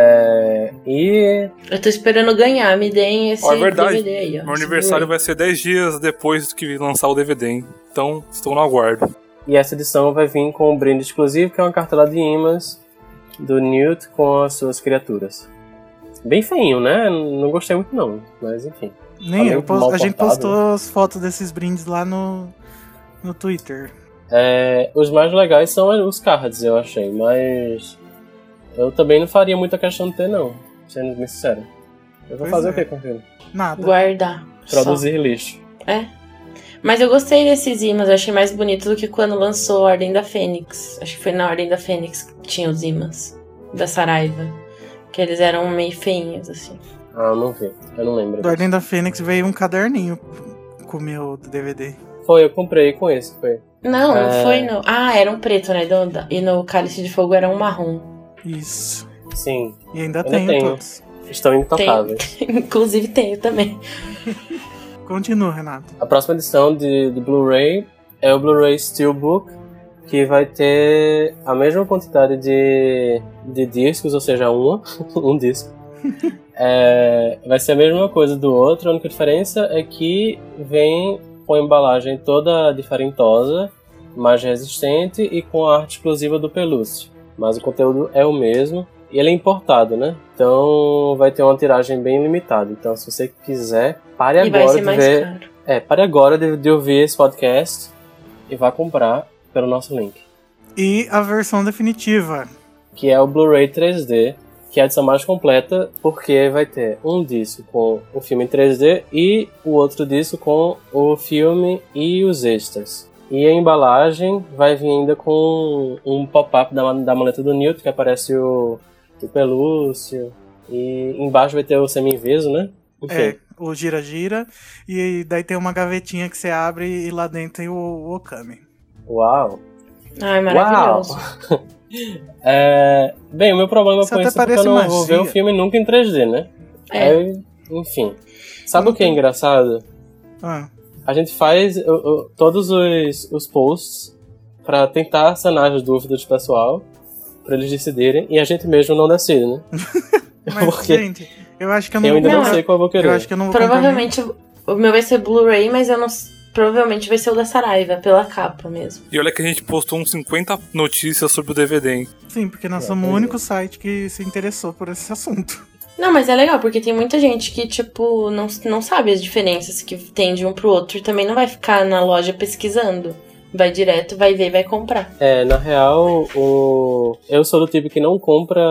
[SPEAKER 3] é, e
[SPEAKER 4] Eu tô esperando ganhar, me deem esse
[SPEAKER 2] Ó, é verdade.
[SPEAKER 4] DVD aí, ó.
[SPEAKER 2] Meu aniversário vai ser 10 dias depois que lançar o DVD, hein? Então, estou no aguardo.
[SPEAKER 3] E essa edição vai vir com um brinde exclusivo, que é uma cartela de imãs do Newt com as suas criaturas. Bem feinho, né? Não gostei muito não, mas enfim.
[SPEAKER 1] Nem
[SPEAKER 3] Tá
[SPEAKER 1] eu.
[SPEAKER 3] meio
[SPEAKER 1] Pos-
[SPEAKER 3] mal
[SPEAKER 1] A gente
[SPEAKER 3] cortado.
[SPEAKER 1] postou as fotos desses brindes lá no, no Twitter.
[SPEAKER 3] É, os mais legais são os cards, eu achei, mas eu também não faria muita questão de ter não, sendo bem sincero. Eu vou
[SPEAKER 1] Pois
[SPEAKER 3] fazer
[SPEAKER 1] é.
[SPEAKER 3] o que com aquilo?
[SPEAKER 1] Nada.
[SPEAKER 4] Guardar. só.
[SPEAKER 3] Produzir lixo.
[SPEAKER 4] Mas eu gostei desses imãs, eu achei mais bonito do que quando lançou a Ordem da Fênix. Acho que foi na Ordem da Fênix que tinha os imãs da Saraiva. Que eles eram meio feinhos, assim.
[SPEAKER 3] Ah, eu não vi. Eu não lembro.
[SPEAKER 1] Do Ordem da Fênix veio um caderninho com o meu DVD.
[SPEAKER 3] Foi, eu comprei com esse, foi.
[SPEAKER 4] Não,
[SPEAKER 3] É.
[SPEAKER 4] não foi no. Ah, era um preto, né? Do- da- E no Cálice de Fogo era um marrom.
[SPEAKER 1] Isso.
[SPEAKER 3] Sim.
[SPEAKER 1] E ainda
[SPEAKER 3] Ainda
[SPEAKER 1] tenho,
[SPEAKER 3] tenho.
[SPEAKER 1] todos.
[SPEAKER 3] Estão intocáveis.
[SPEAKER 4] Inclusive tenho também.
[SPEAKER 1] Continua, Renato.
[SPEAKER 3] A próxima edição de, de Blu-ray é o Blu-ray Steelbook, que vai ter a mesma quantidade de, de discos, ou seja, uma, um disco. É, vai ser a mesma coisa do outro, a única diferença é que vem com a embalagem toda diferentosa, mais resistente e com a arte exclusiva do Pelúcio. Mas o conteúdo é o mesmo e ele é importado, né? Então vai ter uma tiragem bem limitada. Então se você quiser, pare
[SPEAKER 4] E vai
[SPEAKER 3] agora
[SPEAKER 4] ser
[SPEAKER 3] de
[SPEAKER 4] mais
[SPEAKER 3] ver
[SPEAKER 4] caro.
[SPEAKER 3] é, pare agora de, de ouvir esse podcast e vá comprar pelo nosso link.
[SPEAKER 1] E a versão definitiva.
[SPEAKER 3] Que é o Blu-ray 3D, que é a edição mais completa, porque vai ter um disco com o filme em 3D e o outro disco com o filme e os extras. E a embalagem vai vir ainda com um pop-up da, da maleta do Newton, que aparece o, o pelúcio. E embaixo vai ter o semi-inviso, né? Enfim.
[SPEAKER 1] É, o gira-gira. E daí tem uma gavetinha que você abre e lá dentro tem o, o Okami.
[SPEAKER 3] Uau!
[SPEAKER 4] Ai, maravilhoso.
[SPEAKER 3] É, bem, o meu problema
[SPEAKER 1] Isso
[SPEAKER 3] com
[SPEAKER 1] até
[SPEAKER 3] isso é porque eu
[SPEAKER 1] parece
[SPEAKER 3] não
[SPEAKER 1] magia.
[SPEAKER 3] vou ver o filme nunca em 3D, né?
[SPEAKER 4] É.
[SPEAKER 3] Aí, enfim. Sabe o que é engraçado?
[SPEAKER 1] Ah,
[SPEAKER 3] A gente faz eu- eu- todos os, os posts pra tentar sanar as dúvidas do pessoal, pra eles decidirem, e a gente mesmo não decide, né?
[SPEAKER 1] mas,
[SPEAKER 3] Porque
[SPEAKER 1] gente, eu acho que eu não
[SPEAKER 3] eu
[SPEAKER 1] vou
[SPEAKER 3] ainda não,
[SPEAKER 4] Não,
[SPEAKER 1] comprar.
[SPEAKER 3] sei qual eu vou querer.
[SPEAKER 1] Eu acho que eu não vou comprar nem-
[SPEAKER 4] Provavelmente o meu vai ser Blu-ray, mas eu não. s- Provavelmente vai ser o da Saraiva, pela capa mesmo.
[SPEAKER 2] E olha que a gente postou uns 50 notícias sobre o DVD, hein?
[SPEAKER 1] Sim, porque nós
[SPEAKER 3] É,
[SPEAKER 1] somos o
[SPEAKER 3] pois é.
[SPEAKER 1] único site que se interessou por esse assunto.
[SPEAKER 4] Não, mas é legal, porque tem muita gente que, tipo, não, não sabe as diferenças que tem de um pro outro e também não vai ficar na loja pesquisando. Vai direto, vai ver e vai comprar.
[SPEAKER 3] É, na real, o... eu sou do tipo que não compra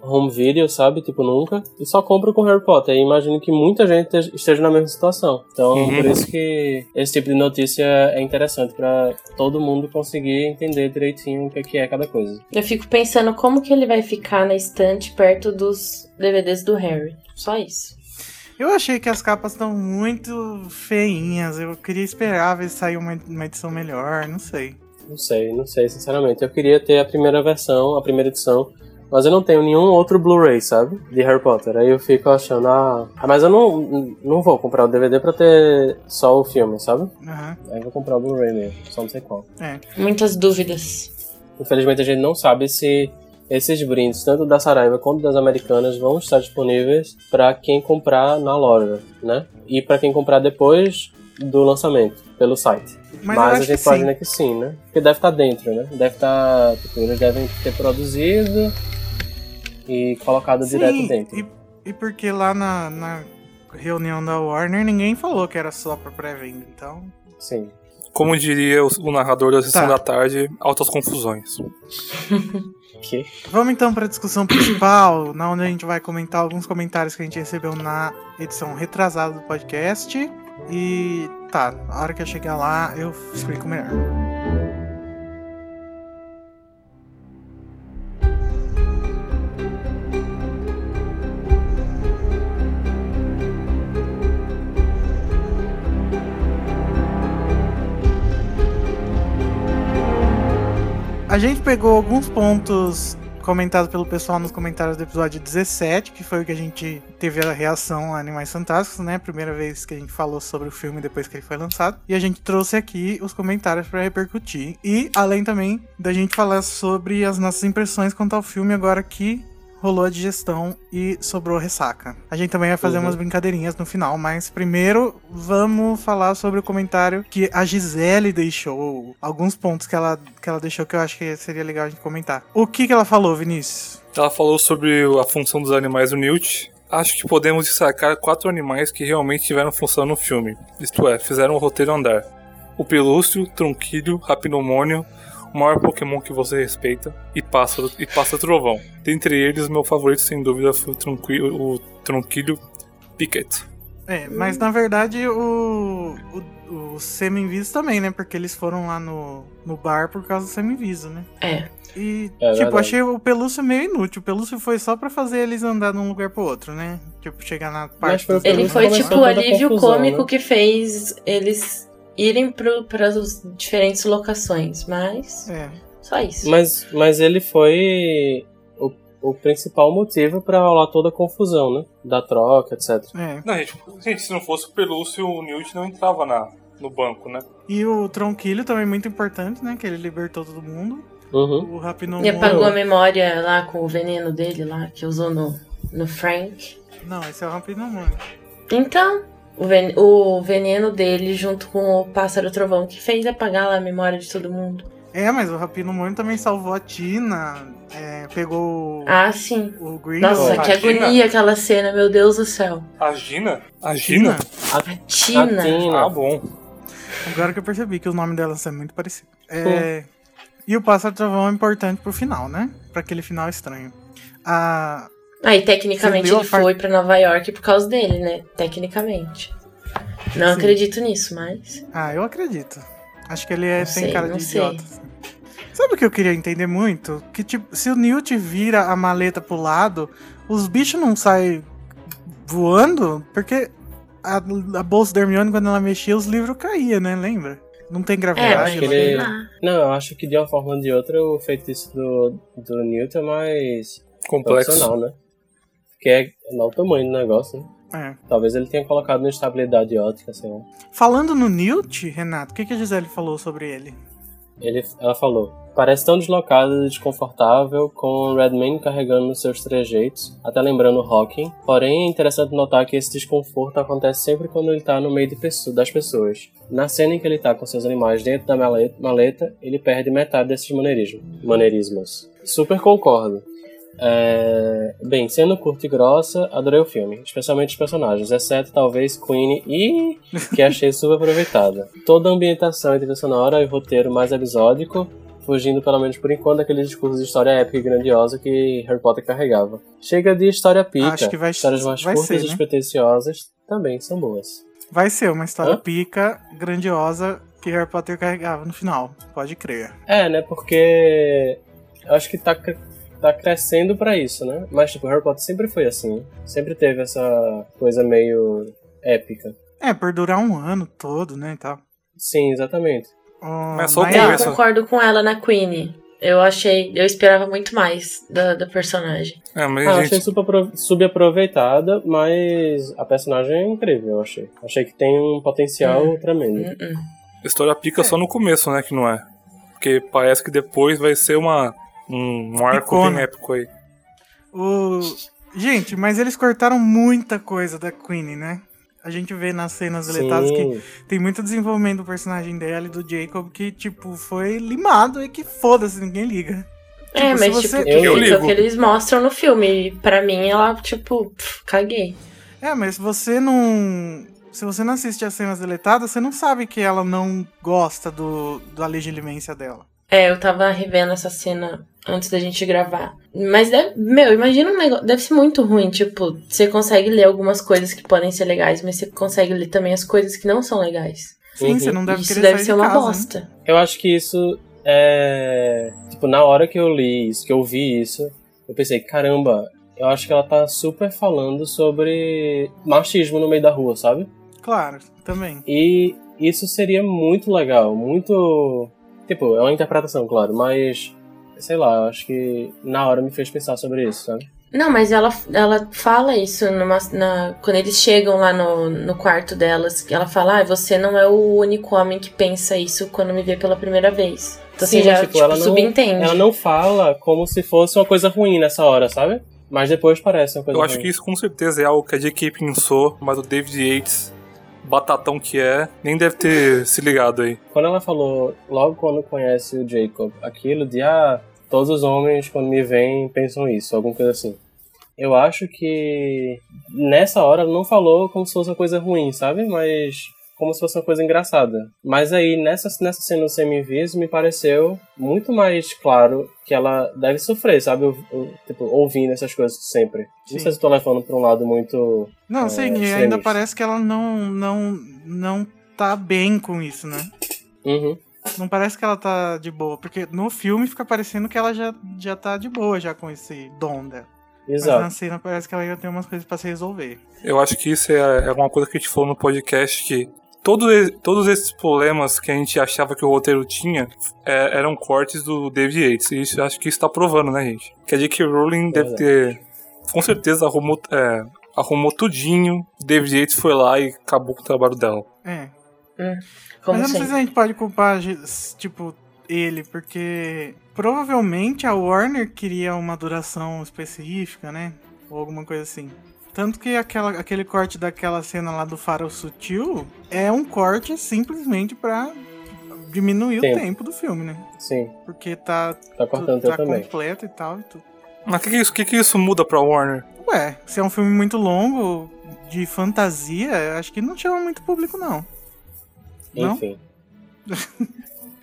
[SPEAKER 3] home video, sabe? Tipo, nunca. E só compra com Harry Potter. E imagino que muita gente te- esteja na mesma situação. Então,
[SPEAKER 2] Uhum.
[SPEAKER 3] por isso que esse tipo de notícia é interessante pra todo mundo conseguir entender direitinho o que é que é cada coisa.
[SPEAKER 4] Eu fico pensando como que ele vai ficar na estante perto dos DVDs do Harry. Só isso.
[SPEAKER 1] Eu achei que as capas estão muito feinhas. Eu queria esperar ver se sair uma, uma edição melhor, não sei.
[SPEAKER 3] Não sei, não sei, sinceramente. Eu queria ter a primeira versão, a primeira edição Mas eu não tenho nenhum outro Blu-ray, sabe? De Harry Potter. Aí eu fico achando, ah, ah, mas eu não, não vou comprar o DVD pra ter só o filme, sabe?
[SPEAKER 1] Aham.
[SPEAKER 3] Aí eu vou comprar o Blu-ray mesmo, só não sei qual.
[SPEAKER 1] É.
[SPEAKER 4] Muitas dúvidas.
[SPEAKER 3] Infelizmente a gente não sabe se esses brindes, tanto da Saraiva quanto das Americanas, vão estar disponíveis para quem comprar na loja, né? E para quem comprar depois do lançamento, pelo site.
[SPEAKER 1] Mas, eu
[SPEAKER 3] Mas a
[SPEAKER 1] acho que
[SPEAKER 3] gente
[SPEAKER 1] sim.
[SPEAKER 3] imagina que sim, né? Porque deve estar dentro, né? Deve estar. Tipo, eles devem ter produzido e colocado direto dentro.
[SPEAKER 1] E, e porque lá na, na reunião da Warner ninguém falou que era só pra pré-venda, então.
[SPEAKER 3] Sim.
[SPEAKER 2] Como diria o, o narrador da sessão
[SPEAKER 1] Tá.
[SPEAKER 2] da tarde, altas confusões.
[SPEAKER 3] Que?
[SPEAKER 1] Vamos então pra discussão principal, na onde a gente vai comentar alguns comentários que a gente recebeu na edição retrasada do podcast. E tá, a hora que eu chegar lá eu explico melhor. A gente pegou alguns pontos comentados pelo pessoal nos comentários do episódio 17, que foi o que a gente teve a reação a Animais Fantásticos, né? Primeira vez que a gente falou sobre o filme depois que ele foi lançado. E a gente trouxe aqui os comentários pra repercutir. E além também da gente falar sobre as nossas impressões quanto ao filme agora que rolou a digestão e sobrou ressaca. A gente também vai fazer
[SPEAKER 3] Uhum.
[SPEAKER 1] umas brincadeirinhas no final, mas primeiro vamos falar sobre o comentário que a Gisele deixou, alguns pontos que ela, que ela deixou que eu acho que seria legal a gente comentar. O que, que ela falou, Vinícius?
[SPEAKER 2] Ela falou sobre a função dos animais do Newt. Acho que podemos destacar quatro animais que realmente tiveram função no filme, isto é, fizeram o roteiro andar. O pelúcio, tronquilho, rapinumônio, o maior Pokémon que você respeita, e pássaro, e pássaro trovão. Dentre eles, meu favorito sem dúvida foi o, tronqui- o tronquilho Pickett.
[SPEAKER 1] É, mas
[SPEAKER 3] Hum.
[SPEAKER 1] na verdade o, o, o Semi-Inviso também, né? Porque eles foram lá no, no bar por causa do Semi-Inviso, né?
[SPEAKER 4] É.
[SPEAKER 1] E,
[SPEAKER 3] É
[SPEAKER 1] tipo,
[SPEAKER 3] verdade.
[SPEAKER 1] achei o Pelúcio meio inútil. O Pelúcio foi só pra fazer eles andar de um lugar pro outro, né? Tipo, chegar na parte...
[SPEAKER 3] foi o
[SPEAKER 1] dos
[SPEAKER 4] Ele
[SPEAKER 1] dois.
[SPEAKER 3] Pelúcio
[SPEAKER 4] foi
[SPEAKER 3] começou
[SPEAKER 4] tipo o
[SPEAKER 3] toda a
[SPEAKER 4] alívio
[SPEAKER 3] confusão,
[SPEAKER 4] cômico
[SPEAKER 3] né?
[SPEAKER 4] que fez eles irem para as diferentes locações, mas
[SPEAKER 1] É.
[SPEAKER 4] só isso.
[SPEAKER 3] Mas, mas ele foi o, o principal motivo pra rolar toda a confusão, né? Da troca, etc.
[SPEAKER 1] É.
[SPEAKER 2] Não, gente, gente, se não fosse o pelúcio, o Newt não entrava na, no banco, né?
[SPEAKER 1] E o Tronquilho também é muito importante, né? Que ele libertou todo mundo.
[SPEAKER 3] Uhum.
[SPEAKER 1] O Rapinomon...
[SPEAKER 4] E apagou a memória lá com o veneno dele lá, que usou no, no Frank.
[SPEAKER 1] Não, esse é o Rapinomon.
[SPEAKER 4] Então, o, ven- o veneno dele junto com o pássaro trovão que fez apagar lá a memória de todo mundo.
[SPEAKER 1] É, mas o Rapinomon também salvou a Tina. é, pegou o-
[SPEAKER 4] Ah, sim.
[SPEAKER 1] o Grindel.
[SPEAKER 4] Nossa, que
[SPEAKER 2] Imagina.
[SPEAKER 4] agonia aquela cena, meu Deus do céu.
[SPEAKER 2] A Gina? A
[SPEAKER 1] Tina.
[SPEAKER 2] Gina?
[SPEAKER 3] Ah,
[SPEAKER 4] A
[SPEAKER 3] A
[SPEAKER 4] Tina.
[SPEAKER 3] Tina.
[SPEAKER 2] Ah, bom.
[SPEAKER 1] Agora que eu percebi que o nome delas é muito parecido. É, e o Pássaro Trovão é importante pro final, né? Pra aquele final estranho. A,
[SPEAKER 4] Aí, tecnicamente,
[SPEAKER 1] Você leu
[SPEAKER 4] ele
[SPEAKER 1] a parte-
[SPEAKER 4] foi pra Nova York por causa dele, né? Tecnicamente. Não
[SPEAKER 1] Sim.
[SPEAKER 4] acredito nisso, mas.
[SPEAKER 1] ah, eu acredito. Acho que ele é,
[SPEAKER 4] Não
[SPEAKER 1] tem
[SPEAKER 4] sei,
[SPEAKER 1] cara
[SPEAKER 4] não
[SPEAKER 1] de
[SPEAKER 4] sei.
[SPEAKER 1] idiota. assim. Sabe o que eu queria entender muito? Que tipo, se o Newt vira a maleta pro lado, os bichos não saem voando? Porque a, a bolsa da Hermione, quando ela mexia, os livros caíam, né? Lembra? Não tem
[SPEAKER 4] É,
[SPEAKER 1] gravidade. né?
[SPEAKER 4] mas.
[SPEAKER 3] acho que
[SPEAKER 1] ela-
[SPEAKER 3] ele-
[SPEAKER 4] Ah,
[SPEAKER 3] Não, eu acho que de uma forma ou de outra o feitiço do, do Newton é mais
[SPEAKER 2] Complexo.
[SPEAKER 3] profissional, né? Porque é lá o tamanho do negócio, né?
[SPEAKER 1] É.
[SPEAKER 3] Talvez ele tenha colocado na estabilidade ótica, sei lá.
[SPEAKER 1] Falando no Newt, Renato, o que, que a Gisele falou sobre ele?
[SPEAKER 3] Ele, ela falou: Parece tão deslocado e desconfortável com o Redman carregando nos seus trejeitos, até lembrando o Hawking. Porém, é interessante notar que esse desconforto acontece sempre quando ele tá no meio de pesso- das pessoas. Na cena em que ele tá com seus animais dentro da maleta, maleta, ele perde metade desses maneirismo- maneirismos. Super concordo. É, Bem, sendo curta e grossa, adorei o filme, especialmente os personagens, exceto talvez Queen e que achei super aproveitada. Toda a ambientação e trilha sonora e o roteiro mais episódico, fugindo pelo menos por enquanto daquele discurso de história épica e grandiosa que Harry Potter carregava. Chega de história pica,
[SPEAKER 1] Acho que vai-
[SPEAKER 3] histórias mais
[SPEAKER 1] vai
[SPEAKER 3] curtas
[SPEAKER 1] ser,
[SPEAKER 3] e
[SPEAKER 1] né?
[SPEAKER 3] despretensiosas também são boas.
[SPEAKER 1] Vai ser uma história
[SPEAKER 3] Hã?
[SPEAKER 1] pica, grandiosa, que Harry Potter carregava no final. Pode crer.
[SPEAKER 3] É, né? Porque eu acho que tá, cre- tá crescendo pra isso, né? Mas, tipo, Harry Potter sempre foi assim. Sempre teve essa coisa meio épica.
[SPEAKER 1] É, por durar um ano todo, né, e tal.
[SPEAKER 3] Sim, exatamente.
[SPEAKER 1] Ah,
[SPEAKER 2] Mas só o
[SPEAKER 1] mas-
[SPEAKER 4] é, eu
[SPEAKER 2] começo.
[SPEAKER 4] concordo com ela na Queen. Eu achei. Eu esperava muito mais da, da personagem.
[SPEAKER 2] É, mas
[SPEAKER 3] Ah, eu
[SPEAKER 2] gente,
[SPEAKER 3] achei super apro- subaproveitada, mas a personagem é incrível, eu achei. Achei que tem um potencial
[SPEAKER 4] É. Hum,
[SPEAKER 3] tremendo.
[SPEAKER 2] a história pica só no começo, né? Que não é. Porque parece que depois vai ser uma, um, um arco
[SPEAKER 1] Picona.
[SPEAKER 2] bem épico aí.
[SPEAKER 1] O... Gente, mas eles cortaram muita coisa da Queen, né? A gente vê nas cenas deletadas que
[SPEAKER 3] Sim.
[SPEAKER 1] tem muito desenvolvimento do personagem dela e do Jacob que, tipo, foi limado e que foda-se, ninguém liga.
[SPEAKER 4] é,
[SPEAKER 1] Tipo, se
[SPEAKER 4] mas
[SPEAKER 1] você-
[SPEAKER 4] tipo,
[SPEAKER 3] Eu
[SPEAKER 4] isso é o
[SPEAKER 2] ligo.
[SPEAKER 4] que eles mostram no filme. E pra mim, ela, tipo, pff, caguei.
[SPEAKER 1] É, mas se você não. Se você não assiste as cenas deletadas, você não sabe que ela não gosta do, da legilimência dela.
[SPEAKER 4] É, eu tava revendo essa cena antes da gente gravar. Mas, deve, meu, imagina um negócio. Deve ser muito ruim. Tipo, você consegue ler algumas coisas que podem ser legais, mas você consegue ler também as coisas que não são legais.
[SPEAKER 1] Sim,
[SPEAKER 3] Uhum.
[SPEAKER 1] você não deve
[SPEAKER 4] isso
[SPEAKER 1] querer
[SPEAKER 4] deve
[SPEAKER 1] sair
[SPEAKER 4] ser
[SPEAKER 1] de
[SPEAKER 4] uma
[SPEAKER 1] casa, né?
[SPEAKER 4] bosta.
[SPEAKER 3] Eu acho que isso é. Tipo, na hora que eu li isso, que eu vi isso, eu pensei, caramba, eu acho que ela tá super falando sobre machismo no meio da rua, sabe?
[SPEAKER 1] Claro, também.
[SPEAKER 3] E isso seria muito legal, muito. Tipo, é uma interpretação, claro, mas. Sei lá, eu acho que na hora me fez pensar sobre isso, sabe?
[SPEAKER 4] Não, mas ela, ela fala isso numa- na, quando eles chegam lá no, no quarto delas. Ela fala, ah, você não é o único homem que pensa isso quando me vê pela primeira vez. Então
[SPEAKER 3] Sim,
[SPEAKER 4] você já
[SPEAKER 3] mas, tipo,
[SPEAKER 4] tipo,
[SPEAKER 3] ela não-
[SPEAKER 4] subentende.
[SPEAKER 3] Ela não fala como se fosse uma coisa ruim nessa hora, sabe? Mas depois parece uma coisa
[SPEAKER 2] Eu acho
[SPEAKER 3] ruim.
[SPEAKER 2] que isso com certeza é algo que a J.K. pensou, mas o David Yates, batatão que é, nem deve ter se ligado aí.
[SPEAKER 3] Quando ela falou, logo quando conhece o Jacob, aquilo de ah, todos os homens quando me veem pensam isso, alguma coisa assim. Eu acho que nessa hora ela não falou como se fosse uma coisa ruim, sabe? Mas como se fosse uma coisa engraçada. Mas aí nessa, nessa cena do semi-viso me pareceu muito mais claro que ela deve sofrer, sabe? Eu- eu, tipo, ouvindo essas coisas sempre.
[SPEAKER 1] Sim.
[SPEAKER 3] Não sei se tô levando pra um lado muito.
[SPEAKER 1] Não,
[SPEAKER 3] É,
[SPEAKER 1] sim, e
[SPEAKER 3] extremista.
[SPEAKER 1] ainda parece que ela não, não, não tá bem com isso, né?
[SPEAKER 3] Uhum.
[SPEAKER 1] Não parece que ela tá de boa, porque no filme fica parecendo que ela já, já tá de boa já com esse dom dela. Mas na
[SPEAKER 3] Exato.
[SPEAKER 1] cena parece que ela ainda tem umas coisas pra se resolver.
[SPEAKER 2] Eu acho que isso é, é uma coisa que a gente falou no podcast que todos, e- todos esses problemas que a gente achava que o roteiro tinha é, eram cortes do David Yates. E isso, acho que isso tá provando, né, gente? Que a J.K. Rowling deve ter, com certeza, arrumou, é, arrumou tudinho. David Yates foi lá e acabou com o trabalho dela.
[SPEAKER 1] É. Mas eu não
[SPEAKER 4] Como
[SPEAKER 1] sei
[SPEAKER 3] assim?
[SPEAKER 4] sempre.
[SPEAKER 1] se a gente pode culpar, tipo, ele, porque provavelmente a Warner queria uma duração específica, né? Ou alguma coisa assim. Tanto que aquela, aquele corte daquela cena lá do farol sutil é um corte simplesmente pra diminuir
[SPEAKER 3] Tempo.
[SPEAKER 1] o tempo do filme, né?
[SPEAKER 3] Sim.
[SPEAKER 1] Porque tá,
[SPEAKER 3] Tá cortando
[SPEAKER 1] tudo,
[SPEAKER 3] o teu
[SPEAKER 1] tá
[SPEAKER 3] também.
[SPEAKER 1] completo e tal e tudo.
[SPEAKER 2] Mas o que, que isso- que, que isso muda pra Warner?
[SPEAKER 1] Ué, se é um filme muito longo, de fantasia, eu acho que não chama muito público, não. Não?
[SPEAKER 3] Enfim.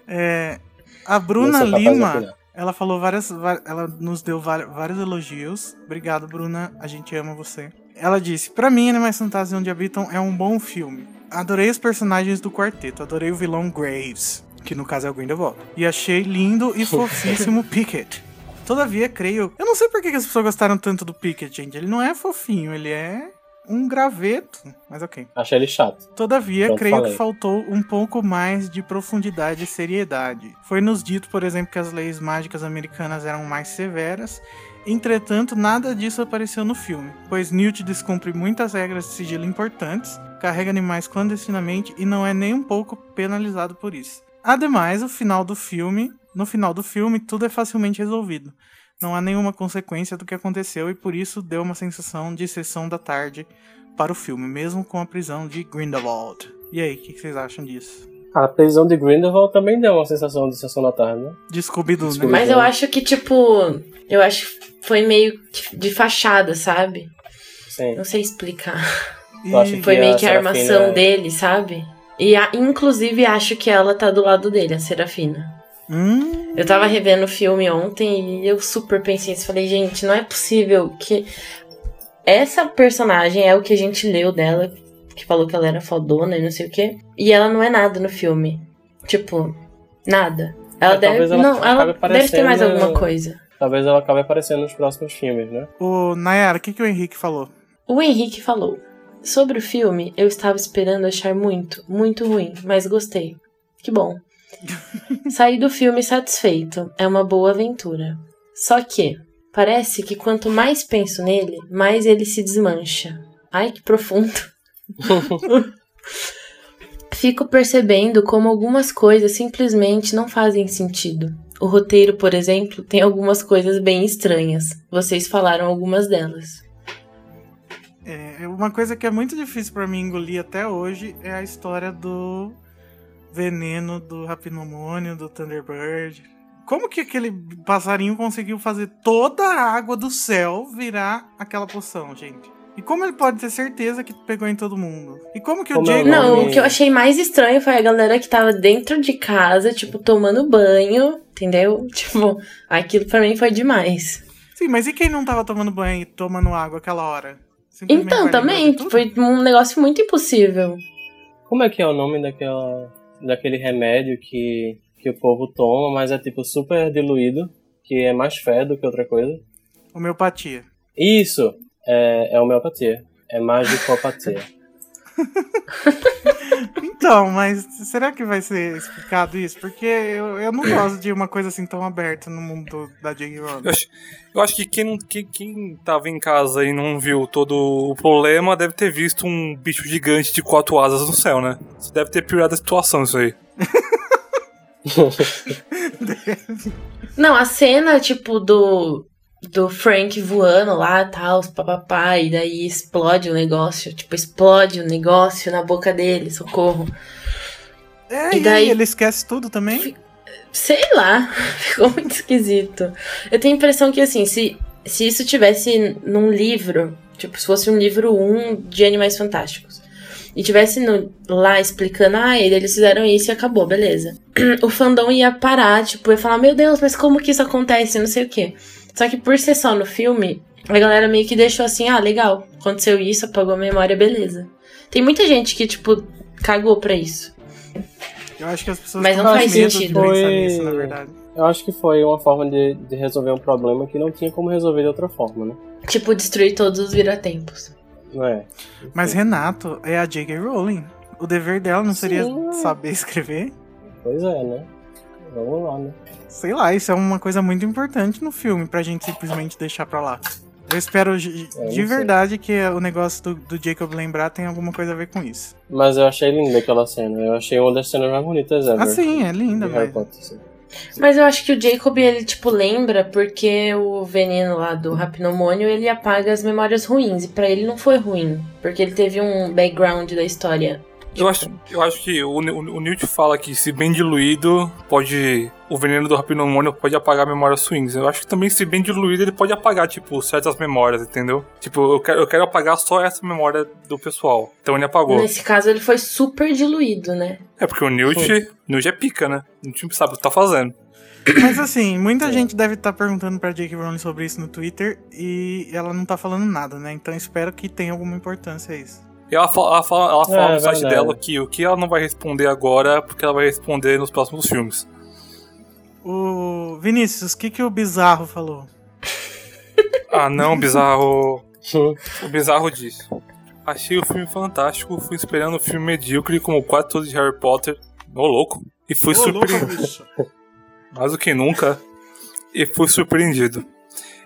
[SPEAKER 1] É, a
[SPEAKER 3] não
[SPEAKER 1] Bruna
[SPEAKER 3] sou capaz de
[SPEAKER 1] Lima,
[SPEAKER 3] opinar.
[SPEAKER 1] ela falou várias. va- Ela nos deu va- vários elogios. Obrigado, Bruna. A gente ama você. Ela disse: Pra mim, Animais Fantásticos Onde Habitam é um bom filme. Adorei os personagens do quarteto. Adorei o vilão Graves, que no caso é o Grindelwald. E achei lindo e fofíssimo Pickett. Todavia, creio. Eu não sei por que que as pessoas gostaram tanto do Pickett, gente. Ele não é fofinho, ele é um graveto. Mas ok.
[SPEAKER 3] Achei ele chato.
[SPEAKER 1] Todavia,
[SPEAKER 3] Então,
[SPEAKER 1] creio
[SPEAKER 3] falei.
[SPEAKER 1] que faltou um pouco mais de profundidade e seriedade. Foi nos dito, por exemplo, que as leis mágicas americanas eram mais severas. Entretanto, nada disso apareceu no filme, pois Newt descumpre muitas regras de sigilo importantes, carrega animais clandestinamente e não é nem um pouco penalizado por isso. Ademais, o final do filme, no final do filme, tudo é facilmente resolvido. Não há nenhuma consequência do que aconteceu e por isso deu uma sensação de sessão da tarde para o filme, mesmo com a prisão de Grindelwald. E aí, o que, que vocês acham disso?
[SPEAKER 3] A prisão de Grindelwald também deu uma sensação de sessão da tarde, né?
[SPEAKER 1] De Scooby-Doo, né?
[SPEAKER 3] Scooby-Doo.
[SPEAKER 4] Mas eu acho que, tipo, eu acho que foi meio que de fachada, sabe?
[SPEAKER 3] Sim.
[SPEAKER 4] Não sei explicar.
[SPEAKER 1] E,
[SPEAKER 3] Eu acho
[SPEAKER 4] Foi
[SPEAKER 3] E
[SPEAKER 4] meio
[SPEAKER 3] a
[SPEAKER 4] que a
[SPEAKER 3] Serafina- é.
[SPEAKER 4] armação dele, sabe? E a- inclusive acho que ela tá do lado dele, a Serafina.
[SPEAKER 1] Hum,
[SPEAKER 4] Eu tava revendo o filme ontem e eu super pensei isso. Falei, gente, não é possível que. Essa personagem é o que a gente leu dela, que falou que ela era fodona e não sei o quê. E ela não é nada no filme. Tipo, nada. Ela
[SPEAKER 3] É,
[SPEAKER 4] deve.
[SPEAKER 3] talvez ela
[SPEAKER 4] não, ela
[SPEAKER 3] acabe
[SPEAKER 4] deve ter mais
[SPEAKER 3] parecendo-
[SPEAKER 4] alguma coisa.
[SPEAKER 3] Talvez ela acabe aparecendo nos próximos filmes, né?
[SPEAKER 1] o Nayara, o que, que o Henrique falou?
[SPEAKER 4] O Henrique falou: Sobre o filme, eu estava esperando achar muito, muito ruim, mas gostei. Que bom. Saí do filme satisfeito. É uma boa aventura. Só que parece que quanto mais penso nele, mais ele se desmancha. Ai, que profundo. Fico percebendo como algumas coisas simplesmente não fazem sentido. O roteiro, por exemplo, tem algumas coisas bem estranhas. Vocês falaram algumas delas.
[SPEAKER 1] É, uma coisa que é muito difícil pra mim engolir até hoje é a história do veneno do Rapinomônio, do Thunderbird. Como que aquele passarinho conseguiu fazer toda a água do céu virar aquela poção, gente? E como ele pode ter certeza que pegou em todo mundo? E como que o
[SPEAKER 3] Como é o
[SPEAKER 1] Jake...
[SPEAKER 4] Não,
[SPEAKER 3] nome-
[SPEAKER 4] o que eu achei mais estranho foi a galera que tava dentro de casa, tipo, tomando banho, entendeu? Tipo, aquilo pra mim foi demais.
[SPEAKER 1] Sim, mas e quem não tava tomando banho e tomando água aquela hora? Simplesmente
[SPEAKER 4] Então,
[SPEAKER 1] vai
[SPEAKER 4] também,
[SPEAKER 1] lembrando tudo?
[SPEAKER 4] foi um negócio muito impossível.
[SPEAKER 3] Como é que é o nome daquela, daquele remédio que, que o povo toma, mas é tipo super diluído, que é mais fé do que outra coisa?
[SPEAKER 1] Homeopatia.
[SPEAKER 3] Isso é, é homeopatia. É magicopatia.
[SPEAKER 1] Então, mas será que vai ser explicado isso? Porque eu, eu não gosto de uma coisa assim tão aberta no mundo da J.K.
[SPEAKER 2] Eu
[SPEAKER 1] Rowling.
[SPEAKER 2] acho, eu acho que quem, não- quem, quem tava em casa e não viu todo o problema deve ter visto um bicho gigante de quatro asas no céu, né? Você deve ter piorado a situação isso aí.
[SPEAKER 4] Não, a cena, tipo, do, do Frank voando lá, tal, os papapá, e daí explode o negócio, tipo, explode o negócio na boca dele, socorro.
[SPEAKER 1] É,
[SPEAKER 4] E
[SPEAKER 1] e,
[SPEAKER 4] daí-
[SPEAKER 1] aí, ele esquece tudo também?
[SPEAKER 4] Sei lá, ficou muito esquisito. Eu tenho a impressão que, assim, se, se isso tivesse num livro, tipo, se fosse um livro 1 de Animais Fantásticos, e tivesse no- lá explicando, ah, ele- eles fizeram isso e acabou, beleza. O fandom ia parar, tipo, ia falar, meu Deus, mas como que isso acontece, não sei o quê. Só que por ser só no filme, a galera meio que deixou assim, ah, legal, aconteceu isso, apagou a memória, beleza. Tem muita gente que, tipo, cagou pra isso.
[SPEAKER 1] Eu acho que as pessoas
[SPEAKER 4] Mas
[SPEAKER 1] tão
[SPEAKER 4] não
[SPEAKER 1] com
[SPEAKER 4] faz
[SPEAKER 1] medo de
[SPEAKER 4] sentido.
[SPEAKER 1] pensar
[SPEAKER 3] Foi-
[SPEAKER 1] nisso, na verdade.
[SPEAKER 3] Eu acho que foi uma forma de, de resolver um problema que não tinha como resolver de outra forma, né?
[SPEAKER 4] Tipo, destruir todos os viratempos.
[SPEAKER 3] Não é?
[SPEAKER 1] Mas Renato é a J.K. Rowling. O dever dela não seria
[SPEAKER 3] Sim.
[SPEAKER 1] saber escrever?
[SPEAKER 3] Pois é, né? Vamos lá, né?
[SPEAKER 1] Sei lá, isso é uma coisa muito importante no filme pra gente simplesmente deixar pra lá. Eu espero de
[SPEAKER 3] É, não
[SPEAKER 1] de
[SPEAKER 3] sei.
[SPEAKER 1] verdade que o negócio do, do Jacob lembrar tem alguma coisa a ver com isso.
[SPEAKER 3] Mas eu achei linda aquela cena. Eu achei uma das cenas mais bonitas ever.
[SPEAKER 1] Ah, sim, é linda,
[SPEAKER 3] de Harry
[SPEAKER 1] mas.
[SPEAKER 3] Potter, sim.
[SPEAKER 4] Mas eu acho que o Jacob, ele, tipo, lembra porque o veneno lá do rapinomônio, ele apaga as memórias ruins. E pra ele não foi ruim. Porque ele teve um background da história.
[SPEAKER 2] Eu acho, eu acho que o, Ne- o Newt fala que se bem diluído, pode. O veneno do rapinomônio pode apagar memórias ruins. Eu acho que também se bem diluído, ele pode apagar, tipo, certas memórias, entendeu? Tipo, eu quero, eu quero apagar só essa memória do pessoal. Então ele apagou.
[SPEAKER 4] Nesse caso, ele foi super diluído, né?
[SPEAKER 2] É porque o Newt, Newt é pica, né? O Newt sabe o que tá fazendo.
[SPEAKER 1] Mas assim,
[SPEAKER 3] É.
[SPEAKER 1] muita gente deve estar perguntando pra Jake Rowling sobre isso no Twitter e ela não tá falando nada, né? Então espero que tenha alguma importância isso.
[SPEAKER 2] E ela fala, ela fala, ela fala
[SPEAKER 3] É,
[SPEAKER 2] no site
[SPEAKER 3] verdade.
[SPEAKER 2] dela que o que ela não vai responder agora, porque ela vai responder nos próximos filmes.
[SPEAKER 1] O Vinícius, o que, que o Bizarro falou?
[SPEAKER 2] Ah, não, bizarro. O bizarro disse: Achei o filme fantástico, fui esperando um filme medíocre como quase todos de Harry Potter. Ô, louco. E fui surpreendido. Mais do que nunca. E fui surpreendido.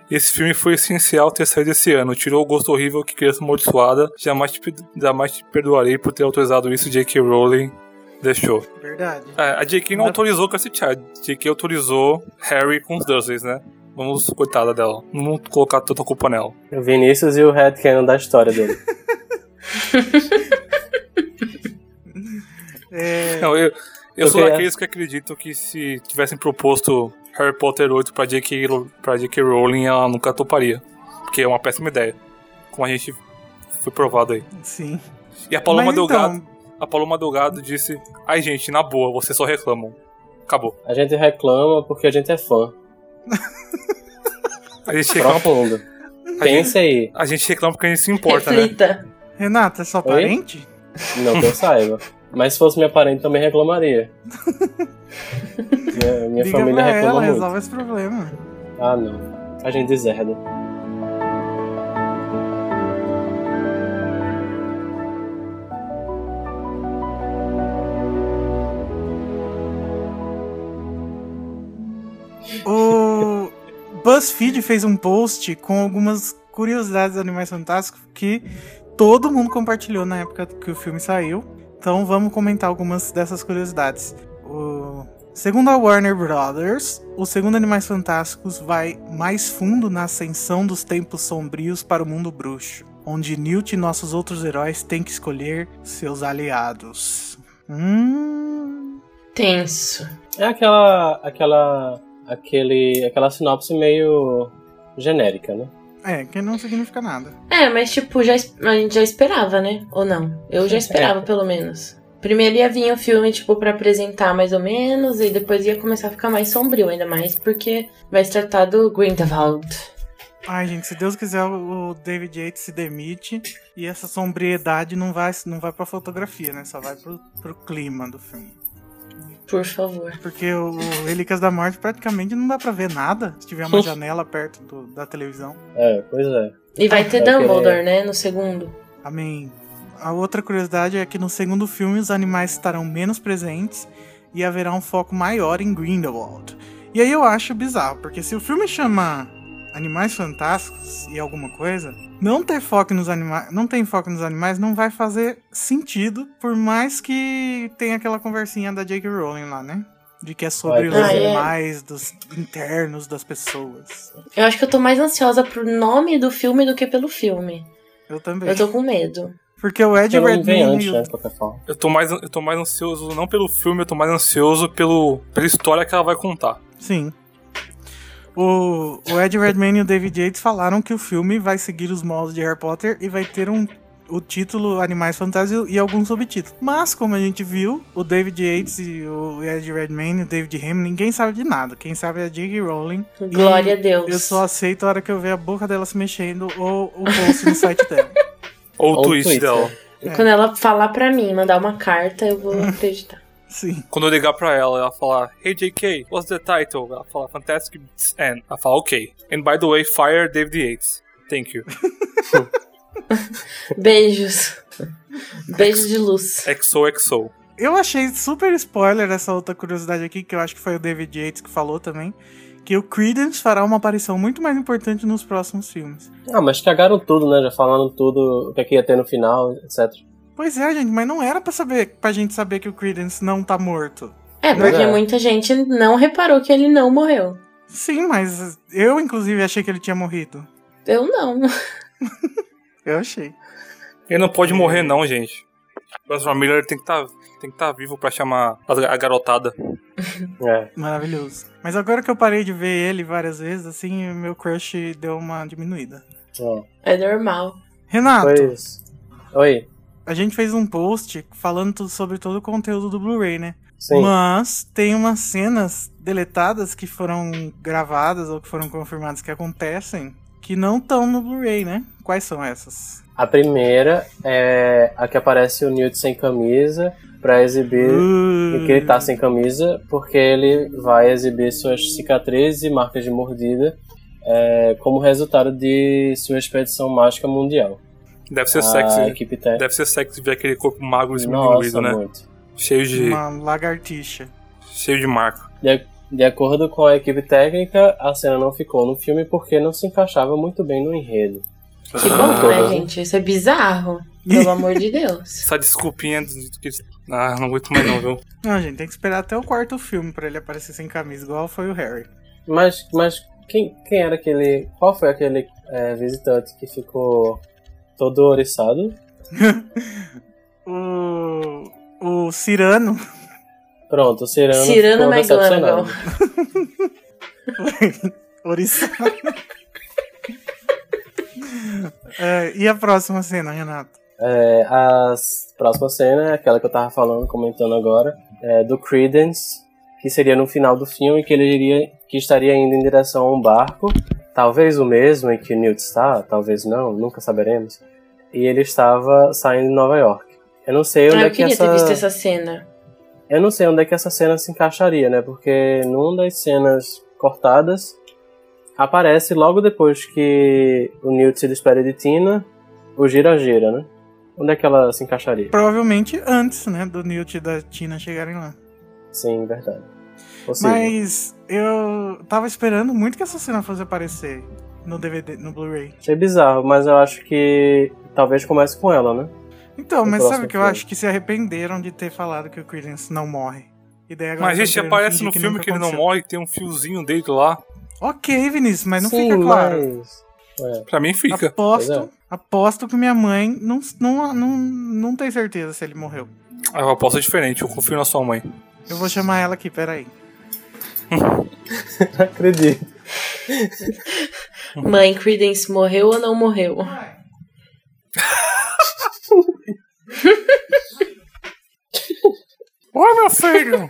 [SPEAKER 2] Esse filme foi essencial ter saído esse ano. Tirou o gosto horrível que criança amaldiçoada. Jamais te, perdo- jamais te perdoarei por ter autorizado isso, J.K. Rowling. Deixou.
[SPEAKER 1] Verdade.
[SPEAKER 2] É, a J.K. não
[SPEAKER 1] Mas-
[SPEAKER 2] autorizou com esse Child. J.K. autorizou Harry com os Dursleys, né? Vamos, coitada dela. Não vamos colocar tanta culpa nela.
[SPEAKER 3] O Vinícius e o headcanon da história dele.
[SPEAKER 1] É,
[SPEAKER 2] Não, eu, eu sou
[SPEAKER 3] Ok, é.
[SPEAKER 2] daqueles que acreditam que se tivessem proposto Harry Potter 8 pra J.K. Ro- pra J.K. Rowling, ela nunca toparia. Porque é uma péssima ideia. Como a gente foi provado aí.
[SPEAKER 1] sim.
[SPEAKER 2] E a Paloma
[SPEAKER 1] Mas
[SPEAKER 2] Delgado.
[SPEAKER 1] então,
[SPEAKER 2] A Paloma Delgado disse. Ai, gente, na boa, vocês só reclamam. Acabou.
[SPEAKER 3] A gente reclama porque a gente é fã.
[SPEAKER 2] A gente reclama,
[SPEAKER 3] Profundo.
[SPEAKER 2] a gente,
[SPEAKER 3] Pensa aí.
[SPEAKER 2] a gente reclama porque a gente se importa, né?
[SPEAKER 4] Reflita.
[SPEAKER 1] Renata, é só parente?
[SPEAKER 3] Não que eu saiba. Mas se fosse minha parente, também reclamaria. Minha, minha
[SPEAKER 1] Liga
[SPEAKER 3] família
[SPEAKER 1] pra ela,
[SPEAKER 3] reclama muito.
[SPEAKER 1] resolve esse problema.
[SPEAKER 3] Ah, não. A gente deserda.
[SPEAKER 1] O BuzzFeed fez um post com algumas curiosidades dos Animais Fantásticos que todo mundo compartilhou na época que o filme saiu. Então vamos comentar algumas dessas curiosidades. O- Segundo a Warner Brothers, o segundo Animais Fantásticos vai mais fundo na ascensão dos tempos sombrios para o mundo bruxo, onde Newt e nossos outros heróis têm que escolher seus aliados. Hum.
[SPEAKER 4] Tenso.
[SPEAKER 3] É aquela. aquela. aquele. aquela sinopse meio genérica, né?
[SPEAKER 1] É, que não significa nada.
[SPEAKER 4] É, mas tipo, já, es- a gente já esperava, né? Ou não? Eu já esperava, pelo menos. Primeiro ia vir o filme, tipo, pra apresentar mais ou menos, e depois ia começar a ficar mais sombrio, ainda mais porque vai se tratar do Grindelwald.
[SPEAKER 1] Ai, gente, se Deus quiser, o o David Yates se demite e essa sombriedade não vai, não vai pra fotografia, né? Só vai pro, pro clima do filme.
[SPEAKER 4] Por favor.
[SPEAKER 1] Porque o o Relíquias da Morte praticamente não dá pra ver nada se tiver uma janela perto do- da televisão.
[SPEAKER 3] É, pois é.
[SPEAKER 4] E vai ter
[SPEAKER 3] Vai querer-
[SPEAKER 4] Dumbledore, né? No segundo.
[SPEAKER 1] Amém. A outra curiosidade é que no segundo filme os animais estarão menos presentes e haverá um foco maior em Grindelwald. E aí eu acho bizarro, porque se o filme chama Animais Fantásticos e alguma coisa, não ter foco nos animais, não tem foco nos animais não vai fazer sentido, por mais que tenha aquela conversinha da J.K. Rowling lá, né? De que é sobre os
[SPEAKER 3] Vai
[SPEAKER 4] ter. Ah, é.
[SPEAKER 1] animais dos internos das pessoas.
[SPEAKER 4] Eu acho que eu tô mais ansiosa pro nome do filme do que pelo filme.
[SPEAKER 1] Eu também.
[SPEAKER 4] Eu tô com medo.
[SPEAKER 1] Porque o Ed
[SPEAKER 3] Pelo menos vem
[SPEAKER 1] Redmayne
[SPEAKER 3] antes,
[SPEAKER 1] e
[SPEAKER 3] né?
[SPEAKER 1] o
[SPEAKER 3] De qualquer forma.
[SPEAKER 2] Eu tô mais, eu tô mais ansioso, não pelo filme, eu tô mais ansioso pelo, pela história que ela vai contar.
[SPEAKER 1] Sim. O, o Ed Redmayne e o David Yates falaram que o filme vai seguir os moldes de Harry Potter e vai ter um, o título Animais Fantásticos e algum subtítulo. Mas, como a gente viu, o David Yates e o Ed Redmayne e o David Hamm, ninguém sabe de nada. Quem sabe é a J.K. Rowling.
[SPEAKER 4] Glória a Deus.
[SPEAKER 1] Eu só aceito a hora que eu ver a boca dela se mexendo ou o post no site dela.
[SPEAKER 2] Ou
[SPEAKER 3] Ou
[SPEAKER 2] o
[SPEAKER 3] o
[SPEAKER 2] twist
[SPEAKER 3] twist,
[SPEAKER 2] dela.
[SPEAKER 1] É.
[SPEAKER 4] Quando ela falar pra mim, mandar uma carta, eu vou acreditar.
[SPEAKER 1] Sim.
[SPEAKER 2] Quando eu ligar pra ela, ela falar, Hey JK, what's the title? Ela fala, Fantastic Beasts and. Ela fala, ok. And by the way, fire David Yates. Thank you.
[SPEAKER 4] Beijos. Beijos de luz.
[SPEAKER 2] XOXO.
[SPEAKER 1] Eu achei super spoiler essa outra curiosidade aqui, que eu acho que foi o David Yates que falou também, que o Credence fará uma aparição muito mais importante nos próximos filmes.
[SPEAKER 3] Ah, mas cagaram tudo, né? Já falaram tudo, o que, é que ia ter no final, etc.
[SPEAKER 1] Pois é, gente, mas não era pra saber, pra gente saber que o Credence não tá morto.
[SPEAKER 4] É,
[SPEAKER 3] Pois
[SPEAKER 4] porque
[SPEAKER 3] é.
[SPEAKER 4] muita gente não reparou que ele não morreu.
[SPEAKER 1] Sim, mas eu inclusive achei que ele tinha morrido.
[SPEAKER 4] Eu não.
[SPEAKER 1] Eu achei.
[SPEAKER 2] Ele não pode morrer, não, gente. Frank Miller tem que tá, tem que tá vivo pra chamar a, a garotada.
[SPEAKER 3] É.
[SPEAKER 1] Maravilhoso. Mas agora que eu parei de ver ele várias vezes, assim, o meu crush deu uma diminuída.
[SPEAKER 3] ó.
[SPEAKER 4] É normal.
[SPEAKER 2] Ah,
[SPEAKER 1] Renato,
[SPEAKER 3] Pois. Oi.
[SPEAKER 1] a gente fez um post falando tudo- sobre todo o conteúdo do Blu-ray, né?
[SPEAKER 3] Sim.
[SPEAKER 1] Mas tem umas cenas deletadas que foram gravadas ou que foram confirmadas que acontecem que não estão no Blu-ray, né? Quais são essas?
[SPEAKER 3] A primeira é a que aparece o Newt sem camisa pra exibir
[SPEAKER 2] Hum.
[SPEAKER 1] Uh,
[SPEAKER 3] E que ele tá sem camisa porque ele vai exibir suas cicatrizes e marcas de mordida é, como resultado de sua expedição mágica mundial.
[SPEAKER 2] Deve ser
[SPEAKER 3] A
[SPEAKER 2] É sexy. né?
[SPEAKER 3] equipe tem.
[SPEAKER 2] Deve ser sexy ver aquele corpo magro e
[SPEAKER 3] é. Nossa,
[SPEAKER 2] diminuído, né?
[SPEAKER 3] muito.
[SPEAKER 2] Cheio de,
[SPEAKER 1] Uma lagartixa.
[SPEAKER 2] cheio de marca.
[SPEAKER 3] De, de acordo com a equipe técnica, a cena não ficou no filme porque não se encaixava muito bem no enredo.
[SPEAKER 4] Que bom, né,
[SPEAKER 3] Todas, né?
[SPEAKER 4] gente? Isso é bizarro. Pelo amor de Deus.
[SPEAKER 2] Essa desculpinha de que. Ah, não aguento mais, não, viu?
[SPEAKER 1] Não, gente, tem que esperar até o quarto filme pra ele aparecer sem camisa, igual foi o Harry.
[SPEAKER 3] Mas, mas quem, quem era aquele. Qual foi aquele é, visitante que ficou todo oriçado?
[SPEAKER 1] O. O Cirano.
[SPEAKER 3] Pronto, o Cirano.
[SPEAKER 4] Cirano
[SPEAKER 3] ficou
[SPEAKER 4] McGonagall.
[SPEAKER 3] decepcionado.
[SPEAKER 1] Oriçado. É, e a próxima cena, Renato?
[SPEAKER 3] É, a s- próxima cena é aquela que eu tava falando, comentando agora, é do Credence, que seria no final do filme, que ele iria, que estaria indo em direção a um barco, talvez o mesmo em que o Newt está, talvez não, nunca saberemos. E ele estava saindo de Nova York. Eu não sei onde
[SPEAKER 4] Ah,
[SPEAKER 3] é
[SPEAKER 4] eu
[SPEAKER 3] que
[SPEAKER 4] queria
[SPEAKER 3] essa...
[SPEAKER 4] ter visto essa cena.
[SPEAKER 3] Eu não sei onde é que essa cena se encaixaria, né? Porque numa das cenas cortadas aparece logo depois que o Newt se despede de Tina, o gira-gira, né? Onde é que ela se encaixaria?
[SPEAKER 1] Provavelmente antes, né? Do Newt e da Tina chegarem lá.
[SPEAKER 3] Sim, verdade. Ou seja,
[SPEAKER 1] Mas eu tava esperando muito que essa cena fosse aparecer no DVD, no Blu-ray.
[SPEAKER 3] achei é bizarro, mas eu acho que talvez comece com ela, né?
[SPEAKER 1] Então,
[SPEAKER 3] No
[SPEAKER 1] mas
[SPEAKER 3] próximo
[SPEAKER 1] sabe o que eu
[SPEAKER 3] filme.
[SPEAKER 1] acho? Que se arrependeram de ter falado que o Credence não morre. E daí agora
[SPEAKER 2] Mas, gente,
[SPEAKER 1] tão querendo
[SPEAKER 2] aparece
[SPEAKER 1] fingir
[SPEAKER 2] no filme
[SPEAKER 1] nunca
[SPEAKER 2] que ele não
[SPEAKER 1] aconteceu.
[SPEAKER 2] morre, tem um fiozinho dele lá.
[SPEAKER 1] Ok, Vinícius, mas não
[SPEAKER 3] Sim,
[SPEAKER 1] fica claro.
[SPEAKER 3] mas- é.
[SPEAKER 2] Pra mim fica.
[SPEAKER 1] Aposto,
[SPEAKER 3] Pois é.
[SPEAKER 1] aposto que minha mãe não, não, não, não tem certeza se ele morreu.
[SPEAKER 2] A uma aposta é diferente, eu confio na sua mãe.
[SPEAKER 1] Eu vou chamar ela aqui, peraí.
[SPEAKER 3] Não acredito.
[SPEAKER 4] Mãe, Credence morreu ou não morreu?
[SPEAKER 2] Ô, meu filho!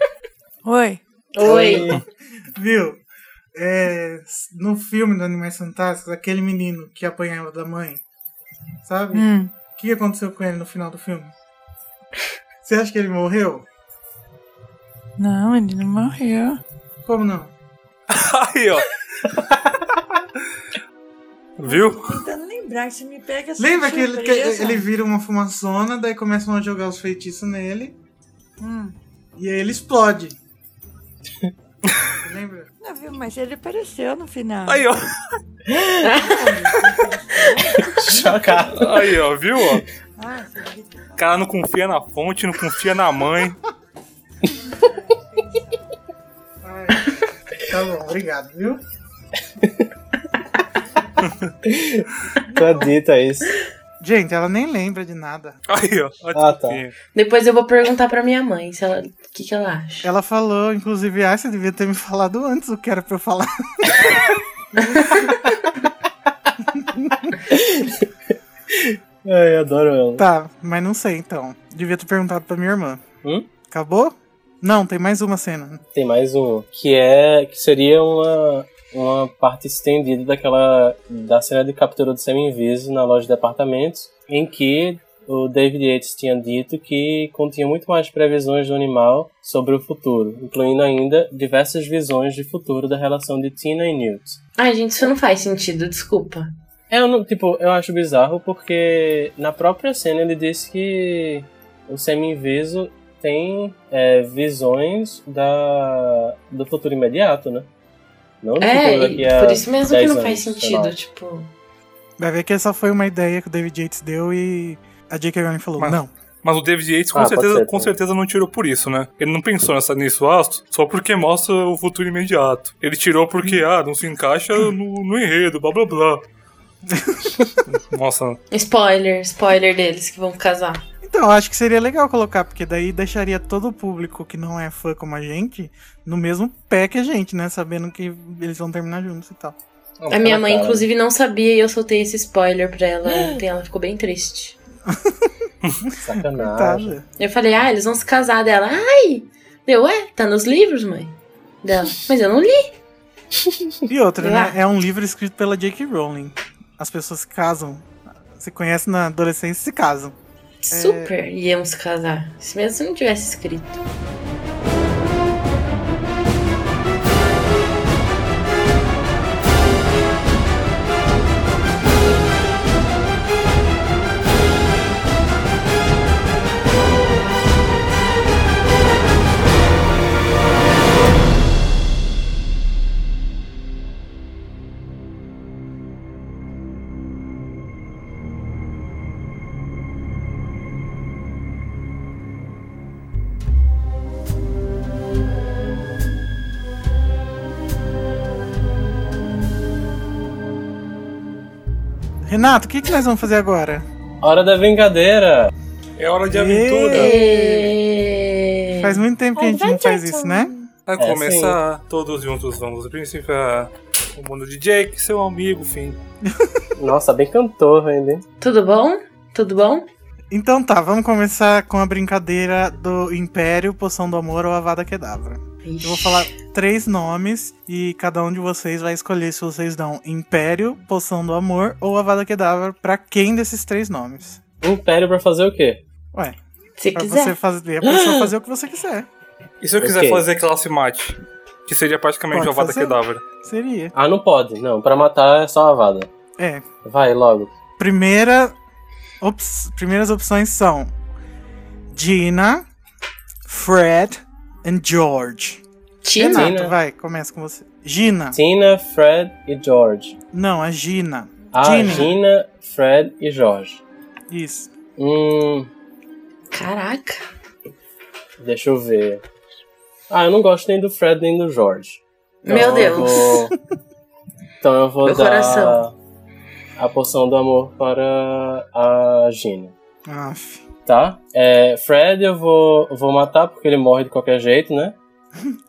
[SPEAKER 7] Oi.
[SPEAKER 4] Oi.
[SPEAKER 1] Viu? É, s- no filme do Animais Fantásticos, aquele menino que apanhava da mãe, sabe?
[SPEAKER 7] Hum.
[SPEAKER 1] O que aconteceu com ele no final do filme? Você acha que ele morreu?
[SPEAKER 7] Não, ele não morreu.
[SPEAKER 1] Como não?
[SPEAKER 2] Aí, ó. Viu?
[SPEAKER 7] Tentando lembrar, você me pega assim.
[SPEAKER 1] Lembra que ele, que ele vira uma fumaçona, daí começam a jogar os feitiços nele,
[SPEAKER 7] Hum.
[SPEAKER 1] e aí ele explode. Lembra?
[SPEAKER 7] Não, viu? Mas ele apareceu no final.
[SPEAKER 2] Aí, ó.
[SPEAKER 3] Chocado.
[SPEAKER 2] Aí, ó, viu? ó?
[SPEAKER 7] Ah, você grita.
[SPEAKER 2] O cara não confia na fonte, não confia na mãe.
[SPEAKER 1] Ai, tá bom, obrigado, viu?
[SPEAKER 3] Acredita isso.
[SPEAKER 1] Gente, ela nem lembra de nada.
[SPEAKER 2] Aí, ó. Olha
[SPEAKER 3] Ah,
[SPEAKER 2] que
[SPEAKER 3] tá.
[SPEAKER 2] fofinho.
[SPEAKER 4] Depois eu vou perguntar pra minha mãe se ela, o que, que ela acha.
[SPEAKER 1] Ela falou, inclusive, ah, você devia ter me falado antes o que era pra eu falar.
[SPEAKER 3] Ai, eu adoro ela.
[SPEAKER 1] Tá, mas não sei então. Devia ter perguntado pra minha irmã.
[SPEAKER 3] Hum?
[SPEAKER 1] Acabou? Não, tem mais uma cena.
[SPEAKER 3] Tem mais um, que é que seria uma uma parte estendida daquela da cena de captura do semi-inviso na loja de departamentos, em que o David Yates tinha dito que continha muito mais previsões do animal sobre o futuro, incluindo ainda diversas visões de futuro da relação de Tina e Newt.
[SPEAKER 4] Ai, gente, isso não faz sentido, desculpa.
[SPEAKER 3] Eu não, tipo, eu acho bizarro porque na própria cena ele disse que o semi-inviso tem é, visões da, do futuro imediato, né? Não do
[SPEAKER 4] É,
[SPEAKER 3] futuro daqui
[SPEAKER 4] e
[SPEAKER 3] a
[SPEAKER 4] por isso mesmo que
[SPEAKER 3] 10
[SPEAKER 4] não faz
[SPEAKER 3] anos, sei lá.
[SPEAKER 4] sentido, tipo.
[SPEAKER 1] Vai ver que essa foi uma ideia que o David Yates deu e a J.K. Rowling falou,
[SPEAKER 2] Mas-
[SPEAKER 1] não.
[SPEAKER 2] Mas o David Yates com,
[SPEAKER 3] Ah, pode
[SPEAKER 2] certeza,
[SPEAKER 3] ser,
[SPEAKER 2] com
[SPEAKER 3] tá.
[SPEAKER 2] certeza não tirou por isso, né? Ele não pensou nessa, nisso ah, só porque mostra o futuro imediato. Ele tirou porque, ah, não se encaixa no, no enredo, blá blá blá. Nossa,
[SPEAKER 4] Spoiler, spoiler deles que vão casar.
[SPEAKER 1] Então, eu acho que seria legal colocar, porque daí deixaria todo o público que não é fã como a gente no mesmo pé que a gente, né? Sabendo que eles vão terminar juntos e tal.
[SPEAKER 3] Não,
[SPEAKER 4] A minha
[SPEAKER 3] cara,
[SPEAKER 4] mãe,
[SPEAKER 3] cara.
[SPEAKER 4] inclusive, não sabia e eu soltei esse spoiler pra
[SPEAKER 3] Ah.
[SPEAKER 4] ela ontem. Ela ficou bem triste.
[SPEAKER 3] Sacanagem.
[SPEAKER 1] Coitada.
[SPEAKER 4] Eu falei, ah, eles vão se casar dela. Ai! Deu, ué, tá nos livros, mãe? Dela. Mas eu não li.
[SPEAKER 1] E outra, né?
[SPEAKER 4] Ah.
[SPEAKER 1] É um livro escrito pela J.K. Rowling. As pessoas se casam. Se conhecem na adolescência e se casam.
[SPEAKER 4] Super iam se casar. Se mesmo se não tivesse escrito.
[SPEAKER 1] Renato, o que, que nós vamos fazer agora?
[SPEAKER 3] Hora da brincadeira!
[SPEAKER 2] é hora de
[SPEAKER 1] Ê!
[SPEAKER 2] aventura.
[SPEAKER 4] É...
[SPEAKER 1] Faz muito tempo que a gente não faz isso, né?
[SPEAKER 2] Vai
[SPEAKER 3] É,
[SPEAKER 2] começar todos juntos, vamos principar o mundo de Jake, seu amigo, fim.
[SPEAKER 3] Nossa, bem cantor ainda, hein? né?
[SPEAKER 4] Tudo bom? Tudo bom?
[SPEAKER 1] Então tá, vamos começar com a brincadeira do Império, Poção do Amor ou Avada Kedavra. Eu vou falar três nomes e cada um de vocês vai escolher se vocês dão Império, Poção do Amor ou Avada Kedavra pra quem desses três nomes.
[SPEAKER 3] Império pra fazer o quê?
[SPEAKER 1] Ué,
[SPEAKER 4] Se
[SPEAKER 1] pra
[SPEAKER 4] quiser.
[SPEAKER 1] você fazer, a pessoa fazer o que você quiser.
[SPEAKER 2] E se eu quiser
[SPEAKER 3] Ok.
[SPEAKER 2] fazer classe mate? Que seria praticamente
[SPEAKER 1] Pode
[SPEAKER 2] o Avada
[SPEAKER 1] fazer.
[SPEAKER 2] Kedavra.
[SPEAKER 1] Seria.
[SPEAKER 3] Ah, não pode. Não, pra matar é só a vada.
[SPEAKER 1] É,
[SPEAKER 3] Vai, logo.
[SPEAKER 1] primeira ops- primeiras opções são Gina, Fred e George.
[SPEAKER 4] Tina?
[SPEAKER 1] Renato, vai, começa com você. Gina.
[SPEAKER 3] Tina, Fred e George.
[SPEAKER 1] Não, a Gina.
[SPEAKER 3] Ah,
[SPEAKER 1] Gina.
[SPEAKER 3] Gina, Fred e Jorge.
[SPEAKER 1] Isso.
[SPEAKER 3] Hum,
[SPEAKER 4] Caraca.
[SPEAKER 3] deixa eu ver. Ah, eu não gosto nem do Fred nem do Jorge. Então
[SPEAKER 4] Meu
[SPEAKER 3] eu
[SPEAKER 4] Deus.
[SPEAKER 3] vou- Então eu vou
[SPEAKER 4] Meu
[SPEAKER 3] dar
[SPEAKER 4] coração.
[SPEAKER 3] a poção do amor para a Gina.
[SPEAKER 1] Aff.
[SPEAKER 3] Tá? É, Fred eu vou, vou matar porque ele morre de qualquer jeito, né?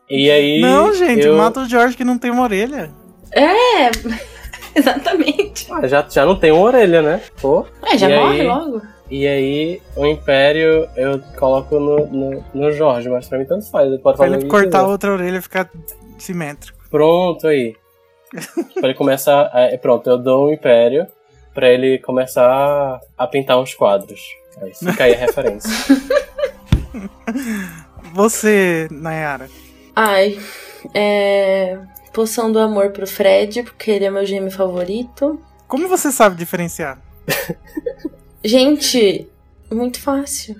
[SPEAKER 3] E aí.
[SPEAKER 1] Não, gente,
[SPEAKER 3] eu...
[SPEAKER 1] mata o George que não tem uma orelha.
[SPEAKER 4] É, exatamente.
[SPEAKER 3] Ah, já, já não tem uma orelha, né? Pô.
[SPEAKER 4] É, já
[SPEAKER 3] E
[SPEAKER 4] morre
[SPEAKER 3] aí?
[SPEAKER 4] logo.
[SPEAKER 3] E aí, o Império eu coloco no, no, no Jorge, mas pra mim tanto faz. Ele pode
[SPEAKER 1] Pra
[SPEAKER 3] fazer o
[SPEAKER 1] ele
[SPEAKER 3] que
[SPEAKER 1] cortar
[SPEAKER 3] quiser.
[SPEAKER 1] outra orelha e ficar simétrico.
[SPEAKER 3] Pronto aí. pra ele começar. é, pronto, eu dou o Império pra ele começar a pintar uns quadros. Aí fica aí a referência.
[SPEAKER 1] Você, Nayara.
[SPEAKER 4] Ai, é. Poção do amor pro Fred, porque ele é meu gêmeo favorito.
[SPEAKER 1] Como você sabe diferenciar?
[SPEAKER 4] Gente, muito fácil.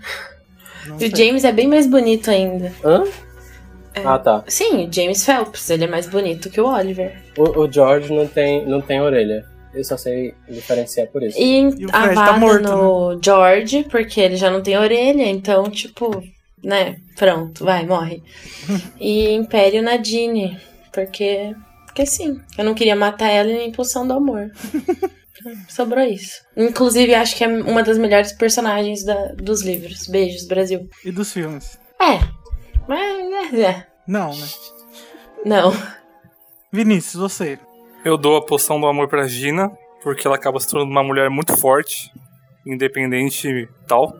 [SPEAKER 1] Não
[SPEAKER 4] E
[SPEAKER 1] sei.
[SPEAKER 4] o James é bem mais bonito ainda.
[SPEAKER 3] Hã?
[SPEAKER 4] É.
[SPEAKER 3] Ah tá.
[SPEAKER 4] Sim, o James Phelps, ele é mais bonito que o Oliver.
[SPEAKER 3] O, o George não tem, não tem orelha. Eu só sei diferenciar por isso.
[SPEAKER 4] E,
[SPEAKER 1] E o
[SPEAKER 4] a
[SPEAKER 1] Fred tá
[SPEAKER 4] Vada
[SPEAKER 1] morto,
[SPEAKER 4] no George, porque ele já não tem orelha, então, tipo, né? Pronto, vai, morre. e Império na Jeanne, porque. Porque sim. Eu não queria matar ela e nem poção do amor. Sobrou isso. Inclusive, acho que é uma das melhores personagens da- dos livros. Beijos, Brasil.
[SPEAKER 1] E dos filmes?
[SPEAKER 4] É. Mas. É, é.
[SPEAKER 1] Não, né?
[SPEAKER 4] Não.
[SPEAKER 1] Vinícius, você.
[SPEAKER 2] Eu dou a poção do amor pra Gina, porque ela acaba se tornando uma mulher muito forte, independente e tal.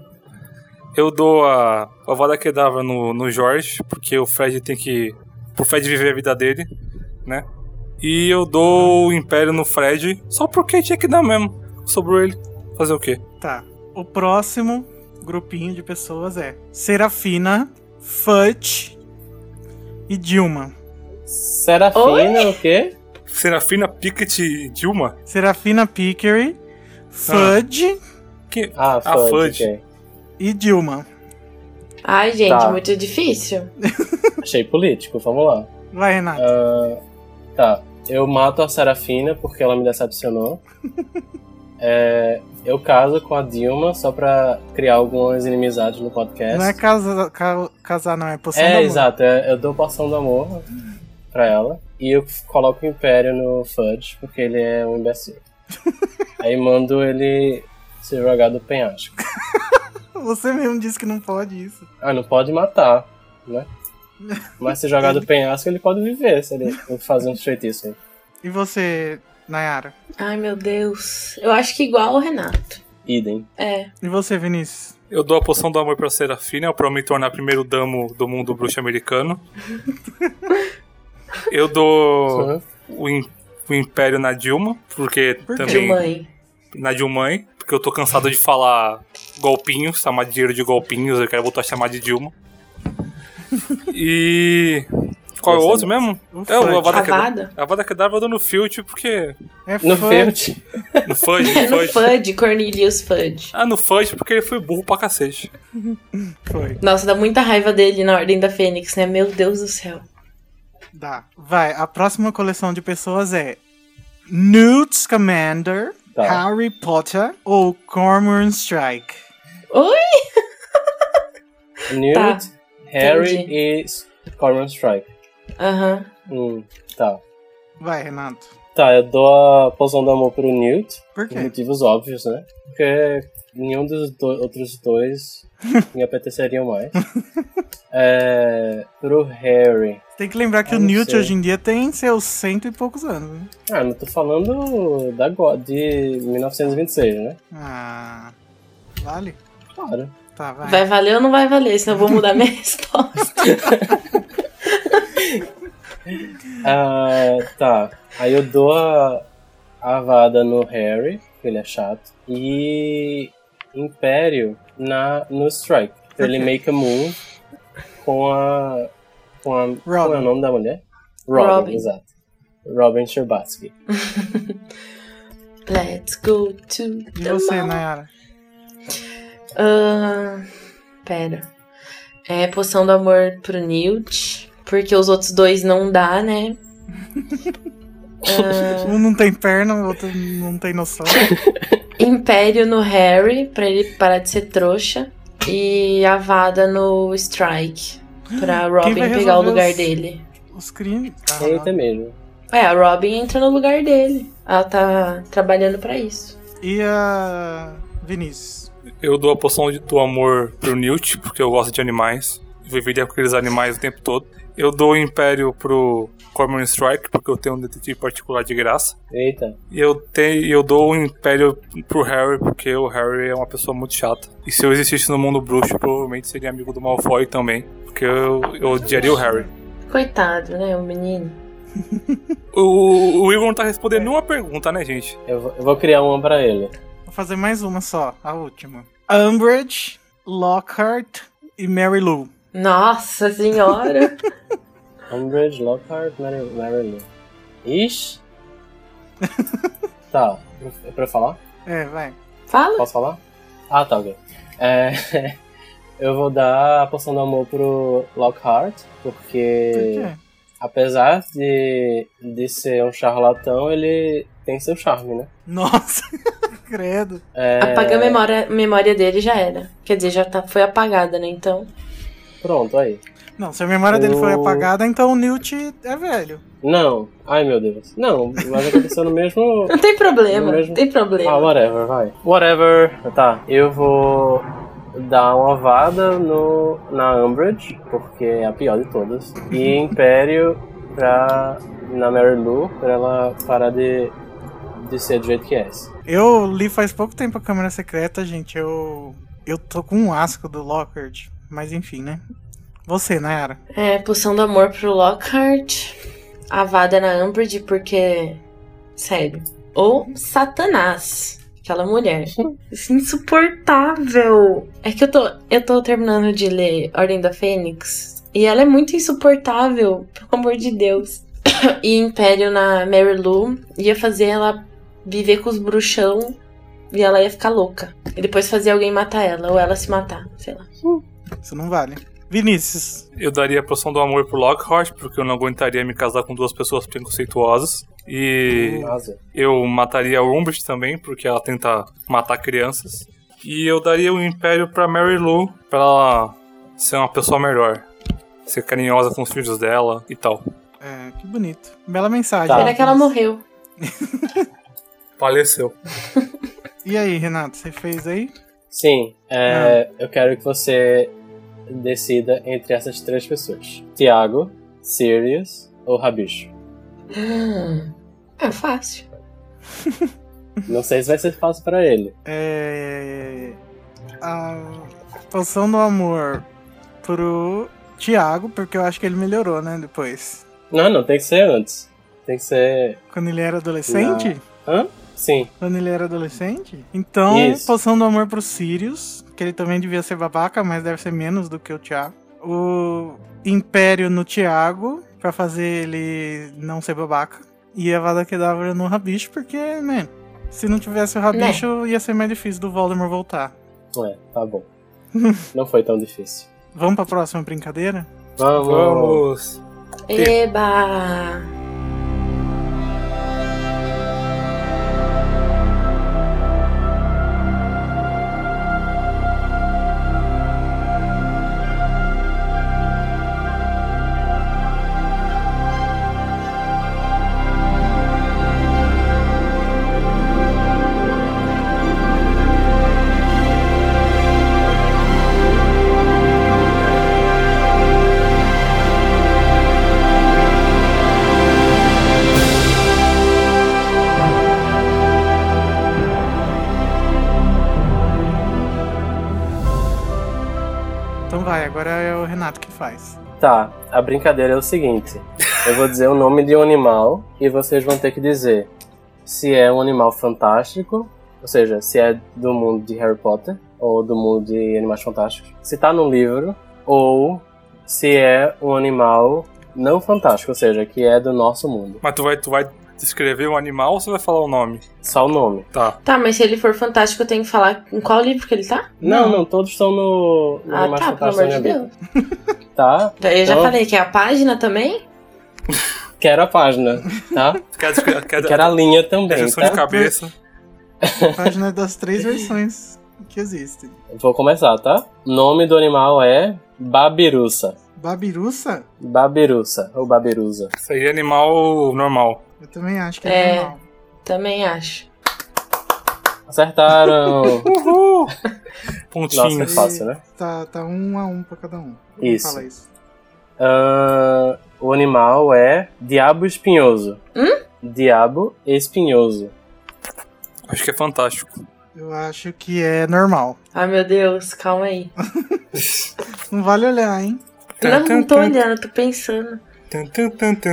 [SPEAKER 2] Eu dou a, a Vada Kedavra no, no Jorge, porque o Fred tem que. Pro Fred viver a vida dele, né? E eu dou o Império no Fred, só porque tinha que dar mesmo. Sobrou ele. Fazer o quê?
[SPEAKER 1] Tá. O próximo grupinho de pessoas é Serafina, Fudge e Dilma.
[SPEAKER 3] Serafina, o quê?
[SPEAKER 2] Serafina, Pickett e Dilma?
[SPEAKER 1] Serafina Pickery,
[SPEAKER 3] Tá.
[SPEAKER 1] Fudge
[SPEAKER 2] Que...
[SPEAKER 3] Ah,
[SPEAKER 2] Ah,
[SPEAKER 3] Fudge.
[SPEAKER 2] Fudge.
[SPEAKER 3] ok.
[SPEAKER 1] e Dilma.
[SPEAKER 4] Ai, gente,
[SPEAKER 3] Tá.
[SPEAKER 4] muito difícil.
[SPEAKER 3] Achei político, vamos lá.
[SPEAKER 1] Vai, Renato.
[SPEAKER 3] Tá, eu mato a Serafina porque ela me decepcionou. É, eu caso com a Dilma só pra criar algumas inimizades no podcast.
[SPEAKER 1] Não é casa, ca- casar, não, é poção do
[SPEAKER 3] É,
[SPEAKER 1] amor.
[SPEAKER 3] exato. é, Eu dou poção do amor pra ela. E eu coloco o Império no Fudge, porque ele é um imbecil. Aí mando ele se jogar do penhasco.
[SPEAKER 1] Você mesmo disse que não pode isso.
[SPEAKER 3] Ah, não pode matar, né? Mas se jogar do penhasco, ele pode viver, se ele fazer um feitiço aí.
[SPEAKER 1] E você, Nayara?
[SPEAKER 4] Ai, meu Deus. Eu acho que igual o Renato.
[SPEAKER 3] Idem.
[SPEAKER 4] É.
[SPEAKER 1] E você, Vinícius?
[SPEAKER 2] Eu dou a poção do amor pra Serafina pra eu me tornar primeiro damo do mundo bruxo americano. eu dou.
[SPEAKER 3] Uhum.
[SPEAKER 2] o, im- o Império na Dilma, porque
[SPEAKER 1] Por quê?
[SPEAKER 2] também.
[SPEAKER 4] De mãe.
[SPEAKER 2] Na Dilma, porque eu tô cansado de falar golpinhos, chamar de dinheiro de golpinhos, eu quero voltar a chamar de Dilma. E. Qual é o outro mesmo?
[SPEAKER 1] O
[SPEAKER 2] É o
[SPEAKER 1] Um Fudge.
[SPEAKER 2] Avada
[SPEAKER 4] Avada?
[SPEAKER 2] Kedavra. Avada Kedavra eu dou no Filt, porque.
[SPEAKER 1] É
[SPEAKER 3] No
[SPEAKER 1] Fudge.
[SPEAKER 3] Fudge.
[SPEAKER 2] No Fudge,
[SPEAKER 4] É
[SPEAKER 2] no
[SPEAKER 4] no
[SPEAKER 2] Fudge.
[SPEAKER 4] Fudge, Cornelius Fudge.
[SPEAKER 2] Ah, no Fudge, porque ele foi burro pra cacete.
[SPEAKER 1] Foi.
[SPEAKER 4] Nossa, dá muita raiva dele na Ordem da Fênix, né? Meu Deus do céu.
[SPEAKER 1] Dá. Vai, a próxima coleção de pessoas é Newt Commander,
[SPEAKER 3] Tá.
[SPEAKER 1] Harry Potter ou Cormoran Strike.
[SPEAKER 4] Oi?
[SPEAKER 3] Newt,
[SPEAKER 4] Tá,
[SPEAKER 3] Harry e Cormoran Strike.
[SPEAKER 4] Aham.
[SPEAKER 3] Hum, tá.
[SPEAKER 1] Vai, Renato.
[SPEAKER 3] Tá, eu dou a poção do amor pro Newt,
[SPEAKER 1] Por
[SPEAKER 3] por
[SPEAKER 1] quê?
[SPEAKER 3] motivos óbvios, né? Porque nenhum dos do- outros dois me apeteceriam mais. é, pro Harry.
[SPEAKER 1] Tem que lembrar que
[SPEAKER 3] Eu
[SPEAKER 1] o
[SPEAKER 3] Ah, não
[SPEAKER 1] Newt
[SPEAKER 3] sei.
[SPEAKER 1] hoje em dia tem seus cento e poucos anos. né?
[SPEAKER 3] Ah, não tô falando da go- de 1926, né?
[SPEAKER 1] Ah. Vale?
[SPEAKER 3] Claro.
[SPEAKER 1] Tá, vai.
[SPEAKER 4] Vai valer ou não vai valer? Senão eu vou mudar minha resposta.
[SPEAKER 3] Ah, tá. Aí eu dou a, a vada no Harry, que ele é chato. E Império na, no Strike. Pra ele make a move com a. Com a. Qual é o nome da mulher? Robin,
[SPEAKER 4] Robin.
[SPEAKER 3] exato. Robin Sherbatsky.
[SPEAKER 4] Let's go to
[SPEAKER 1] E
[SPEAKER 4] the
[SPEAKER 1] você,
[SPEAKER 4] mall.
[SPEAKER 1] Nayara?
[SPEAKER 4] Ah, pera. É poção do amor pro Newt. Porque os outros dois não dá, né? Ah,
[SPEAKER 1] Um não tem perna, o outro não tem noção.
[SPEAKER 4] Império no Harry, pra ele parar de ser trouxa. E a Vada no Strike, pra
[SPEAKER 1] vai
[SPEAKER 4] Robin pegar o
[SPEAKER 1] resolver
[SPEAKER 4] lugar
[SPEAKER 1] os-
[SPEAKER 4] dele.
[SPEAKER 1] Os crimes. Ah,
[SPEAKER 3] Eita mesmo.
[SPEAKER 4] É, a Robin entra no lugar dele. Ela tá trabalhando pra isso.
[SPEAKER 1] e a Vinícius.
[SPEAKER 2] Eu dou a poção de- do amor pro Newt, porque eu gosto de animais. Eu viveria com aqueles animais o tempo todo. Eu dou o Império pro Cormoran Strike, porque eu tenho um detetive particular de graça.
[SPEAKER 3] Eita.
[SPEAKER 2] E eu, tenho, eu dou o Império pro Harry, porque o Harry é uma pessoa muito chata. E se eu existisse no mundo bruxo, provavelmente seria amigo do Malfoy também, porque eu, eu odiaria o Harry.
[SPEAKER 4] Coitado, né? O menino.
[SPEAKER 2] O, o Igor não tá respondendo nenhuma pergunta, né, gente?
[SPEAKER 3] Eu, vou- eu vou criar uma pra ele.
[SPEAKER 1] Vou fazer mais uma só, a última. Umbridge, Lockhart e Mary Lou.
[SPEAKER 4] Nossa senhora!
[SPEAKER 3] Umbridge, Lockhart, Mary, Mary Lou. Ixi. tá. É pra eu falar?
[SPEAKER 1] É, vai.
[SPEAKER 4] Fala!
[SPEAKER 3] Posso falar? Ah, tá, ok. É, eu vou dar a poção do amor pro Lockhart, porque...
[SPEAKER 1] Por quê?
[SPEAKER 3] apesar de, de ser um charlatão, ele tem seu charme, né?
[SPEAKER 1] Nossa, credo.
[SPEAKER 3] É,
[SPEAKER 4] Apaga a memória, memória dele já era. Quer dizer, já tá, foi apagada, né? Então.
[SPEAKER 3] Pronto, aí.
[SPEAKER 1] Não, se a memória dele foi
[SPEAKER 3] Eu-
[SPEAKER 1] apagada, então o Newt é velho.
[SPEAKER 3] Não, ai meu Deus. Não, mas aconteceu no mesmo.
[SPEAKER 4] Não tem problema,
[SPEAKER 3] Não mesmo.
[SPEAKER 4] não tem problema.
[SPEAKER 3] Ah, whatever, vai. Whatever. Tá, eu vou dar uma ovada no, na Umbridge, porque é a pior de todas. E Império pra. na Mary Lou, pra ela parar de, de ser do jeito que é.
[SPEAKER 1] Eu li faz pouco tempo a Câmara Secreta, gente. Eu. Eu tô com um asco do Lockhart. Mas enfim, né? Você, Nayara.
[SPEAKER 4] É, poção do amor pro Lockhart. A Vada na Umbridge, porque. Sério. Ou Satanás. Aquela mulher. Isso é insuportável. É que eu tô. Eu tô terminando de ler Ordem da Fênix. E ela é muito insuportável, pelo amor de Deus. E Império na Mary Lou ia fazer ela viver com os bruxão e ela ia ficar louca. E depois fazer alguém matar ela, ou ela se matar, sei lá.
[SPEAKER 1] Isso não vale. Vinícius.
[SPEAKER 2] Eu daria a poção do amor pro Lockhart, porque eu não aguentaria me casar com duas pessoas preconceituosas. E
[SPEAKER 3] Nossa.
[SPEAKER 2] eu mataria a Umbridge também, porque ela tenta matar crianças. E eu daria o Império pra Mary Lou, pra ela ser uma pessoa melhor. Ser carinhosa com os filhos dela e tal.
[SPEAKER 1] É, que bonito. Bela mensagem.
[SPEAKER 3] Tá.
[SPEAKER 4] Será que ela morreu?
[SPEAKER 2] Faleceu.
[SPEAKER 1] E aí, Renato, você fez aí?
[SPEAKER 3] Sim, é, eu quero que você decida entre essas três pessoas: Tiago, Sirius ou Rabicho.
[SPEAKER 4] Ah, é fácil.
[SPEAKER 3] Não sei se vai ser fácil pra ele.
[SPEAKER 1] É. A poção do amor pro Tiago, porque eu acho que ele melhorou, né? Depois.
[SPEAKER 3] Não, não, tem que ser antes. Tem que ser.
[SPEAKER 1] Quando ele era adolescente?
[SPEAKER 3] Hã? Sim,
[SPEAKER 1] Quando ele era adolescente? Então,
[SPEAKER 3] Isso.
[SPEAKER 1] poção do amor pro Sirius, que ele também devia ser babaca, mas deve ser menos do que o Thiago. O Império no Thiago, pra fazer ele não ser babaca. E a Vada Kedavra no Rabicho, porque, man, se não tivesse o Rabicho, ia ser mais difícil do Voldemort voltar.
[SPEAKER 3] é, tá bom. não foi tão difícil.
[SPEAKER 1] Vamos pra próxima brincadeira?
[SPEAKER 3] Vamos!
[SPEAKER 2] Vamos!
[SPEAKER 4] Eba!
[SPEAKER 1] Então vai, agora é o Renato que faz.
[SPEAKER 3] Tá, a brincadeira é o seguinte: eu vou dizer o nome de um animal e vocês vão ter que dizer se é um animal fantástico, ou seja, se é do mundo de Harry Potter ou do mundo de Animais Fantásticos, se tá num livro ou se é um animal não fantástico, ou seja, que é do nosso mundo.
[SPEAKER 2] Mas tu vai, tu vai descrever o animal ou você vai falar o nome?
[SPEAKER 3] Só o nome.
[SPEAKER 2] Tá.
[SPEAKER 4] Tá, mas se ele for fantástico, eu tenho que falar em qual livro que ele tá?
[SPEAKER 3] Não, é não, todos estão no, no
[SPEAKER 4] ah,
[SPEAKER 3] Animais
[SPEAKER 4] tá, pelo
[SPEAKER 3] Fantásticos
[SPEAKER 4] amor de
[SPEAKER 3] da minha
[SPEAKER 4] Deus.
[SPEAKER 3] vida. tá?
[SPEAKER 4] Eu já
[SPEAKER 3] Então,
[SPEAKER 4] falei que é a página também?
[SPEAKER 3] Quero a página, tá?
[SPEAKER 2] Quer, quer, quer,
[SPEAKER 3] Quero a linha também,
[SPEAKER 2] Injeção de
[SPEAKER 3] tá?
[SPEAKER 2] cabeça.
[SPEAKER 1] Página das três versões que existem.
[SPEAKER 3] Vou começar, tá? O nome do animal é babiruça.
[SPEAKER 1] Babiruça?
[SPEAKER 3] Babiruça, ou babirusa.
[SPEAKER 2] Isso aí é animal normal.
[SPEAKER 1] Eu também acho que é,
[SPEAKER 4] É.
[SPEAKER 1] normal.
[SPEAKER 4] Também acho.
[SPEAKER 3] Acertaram!
[SPEAKER 2] Uhul!
[SPEAKER 3] Nossa, é
[SPEAKER 2] Pontinhos.
[SPEAKER 3] fácil, né?
[SPEAKER 1] Tá, tá um a um pra cada um. Como
[SPEAKER 3] Isso.
[SPEAKER 1] Fala isso.
[SPEAKER 3] Ahn, o animal é diabo espinhoso. Diabo espinhoso.
[SPEAKER 2] Acho que é fantástico.
[SPEAKER 1] Eu acho que é normal.
[SPEAKER 4] Ai meu Deus, calma aí.
[SPEAKER 1] Não vale olhar, hein?
[SPEAKER 4] Não, não tô olhando, tô pensando.
[SPEAKER 2] Tá,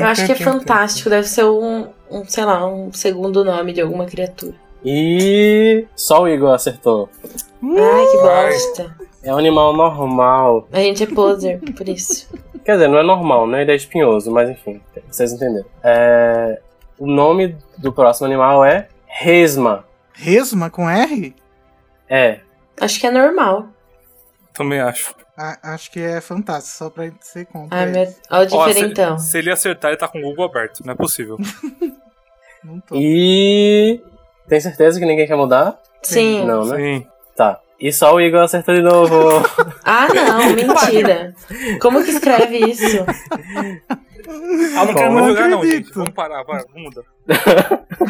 [SPEAKER 4] Eu acho que é fantástico, deve ser um, um, sei lá, um segundo nome de alguma criatura.
[SPEAKER 3] E só o Igor acertou.
[SPEAKER 4] Ai, que bosta.
[SPEAKER 3] É um animal normal.
[SPEAKER 4] A gente é poser, por isso.
[SPEAKER 3] Quer dizer, não é normal, né? Ele é espinhoso, mas enfim, vocês entenderam. É, O nome do próximo animal é Resma.
[SPEAKER 1] Resma com R?
[SPEAKER 3] É.
[SPEAKER 4] Acho que é normal.
[SPEAKER 2] Também acho.
[SPEAKER 1] A- acho que é fantástico, só pra ser contra.
[SPEAKER 4] Ai,
[SPEAKER 1] aí.
[SPEAKER 4] meu Olha o
[SPEAKER 2] Ó, se-
[SPEAKER 4] É diferentão.
[SPEAKER 2] Se, ele acertar, ele tá com o Google aberto. Não é possível.
[SPEAKER 1] Não tô.
[SPEAKER 3] E. Tem certeza que ninguém quer mudar?
[SPEAKER 4] Sim.
[SPEAKER 3] Não, né?
[SPEAKER 2] Sim.
[SPEAKER 3] Tá. E só o Igor acertou de novo.
[SPEAKER 4] Ah, não, mentira. Como que escreve isso?
[SPEAKER 2] Ah, não quero mais
[SPEAKER 3] Bom,
[SPEAKER 1] não
[SPEAKER 2] jogar, não,
[SPEAKER 1] acredito.
[SPEAKER 2] gente. Vamos parar, vai, muda.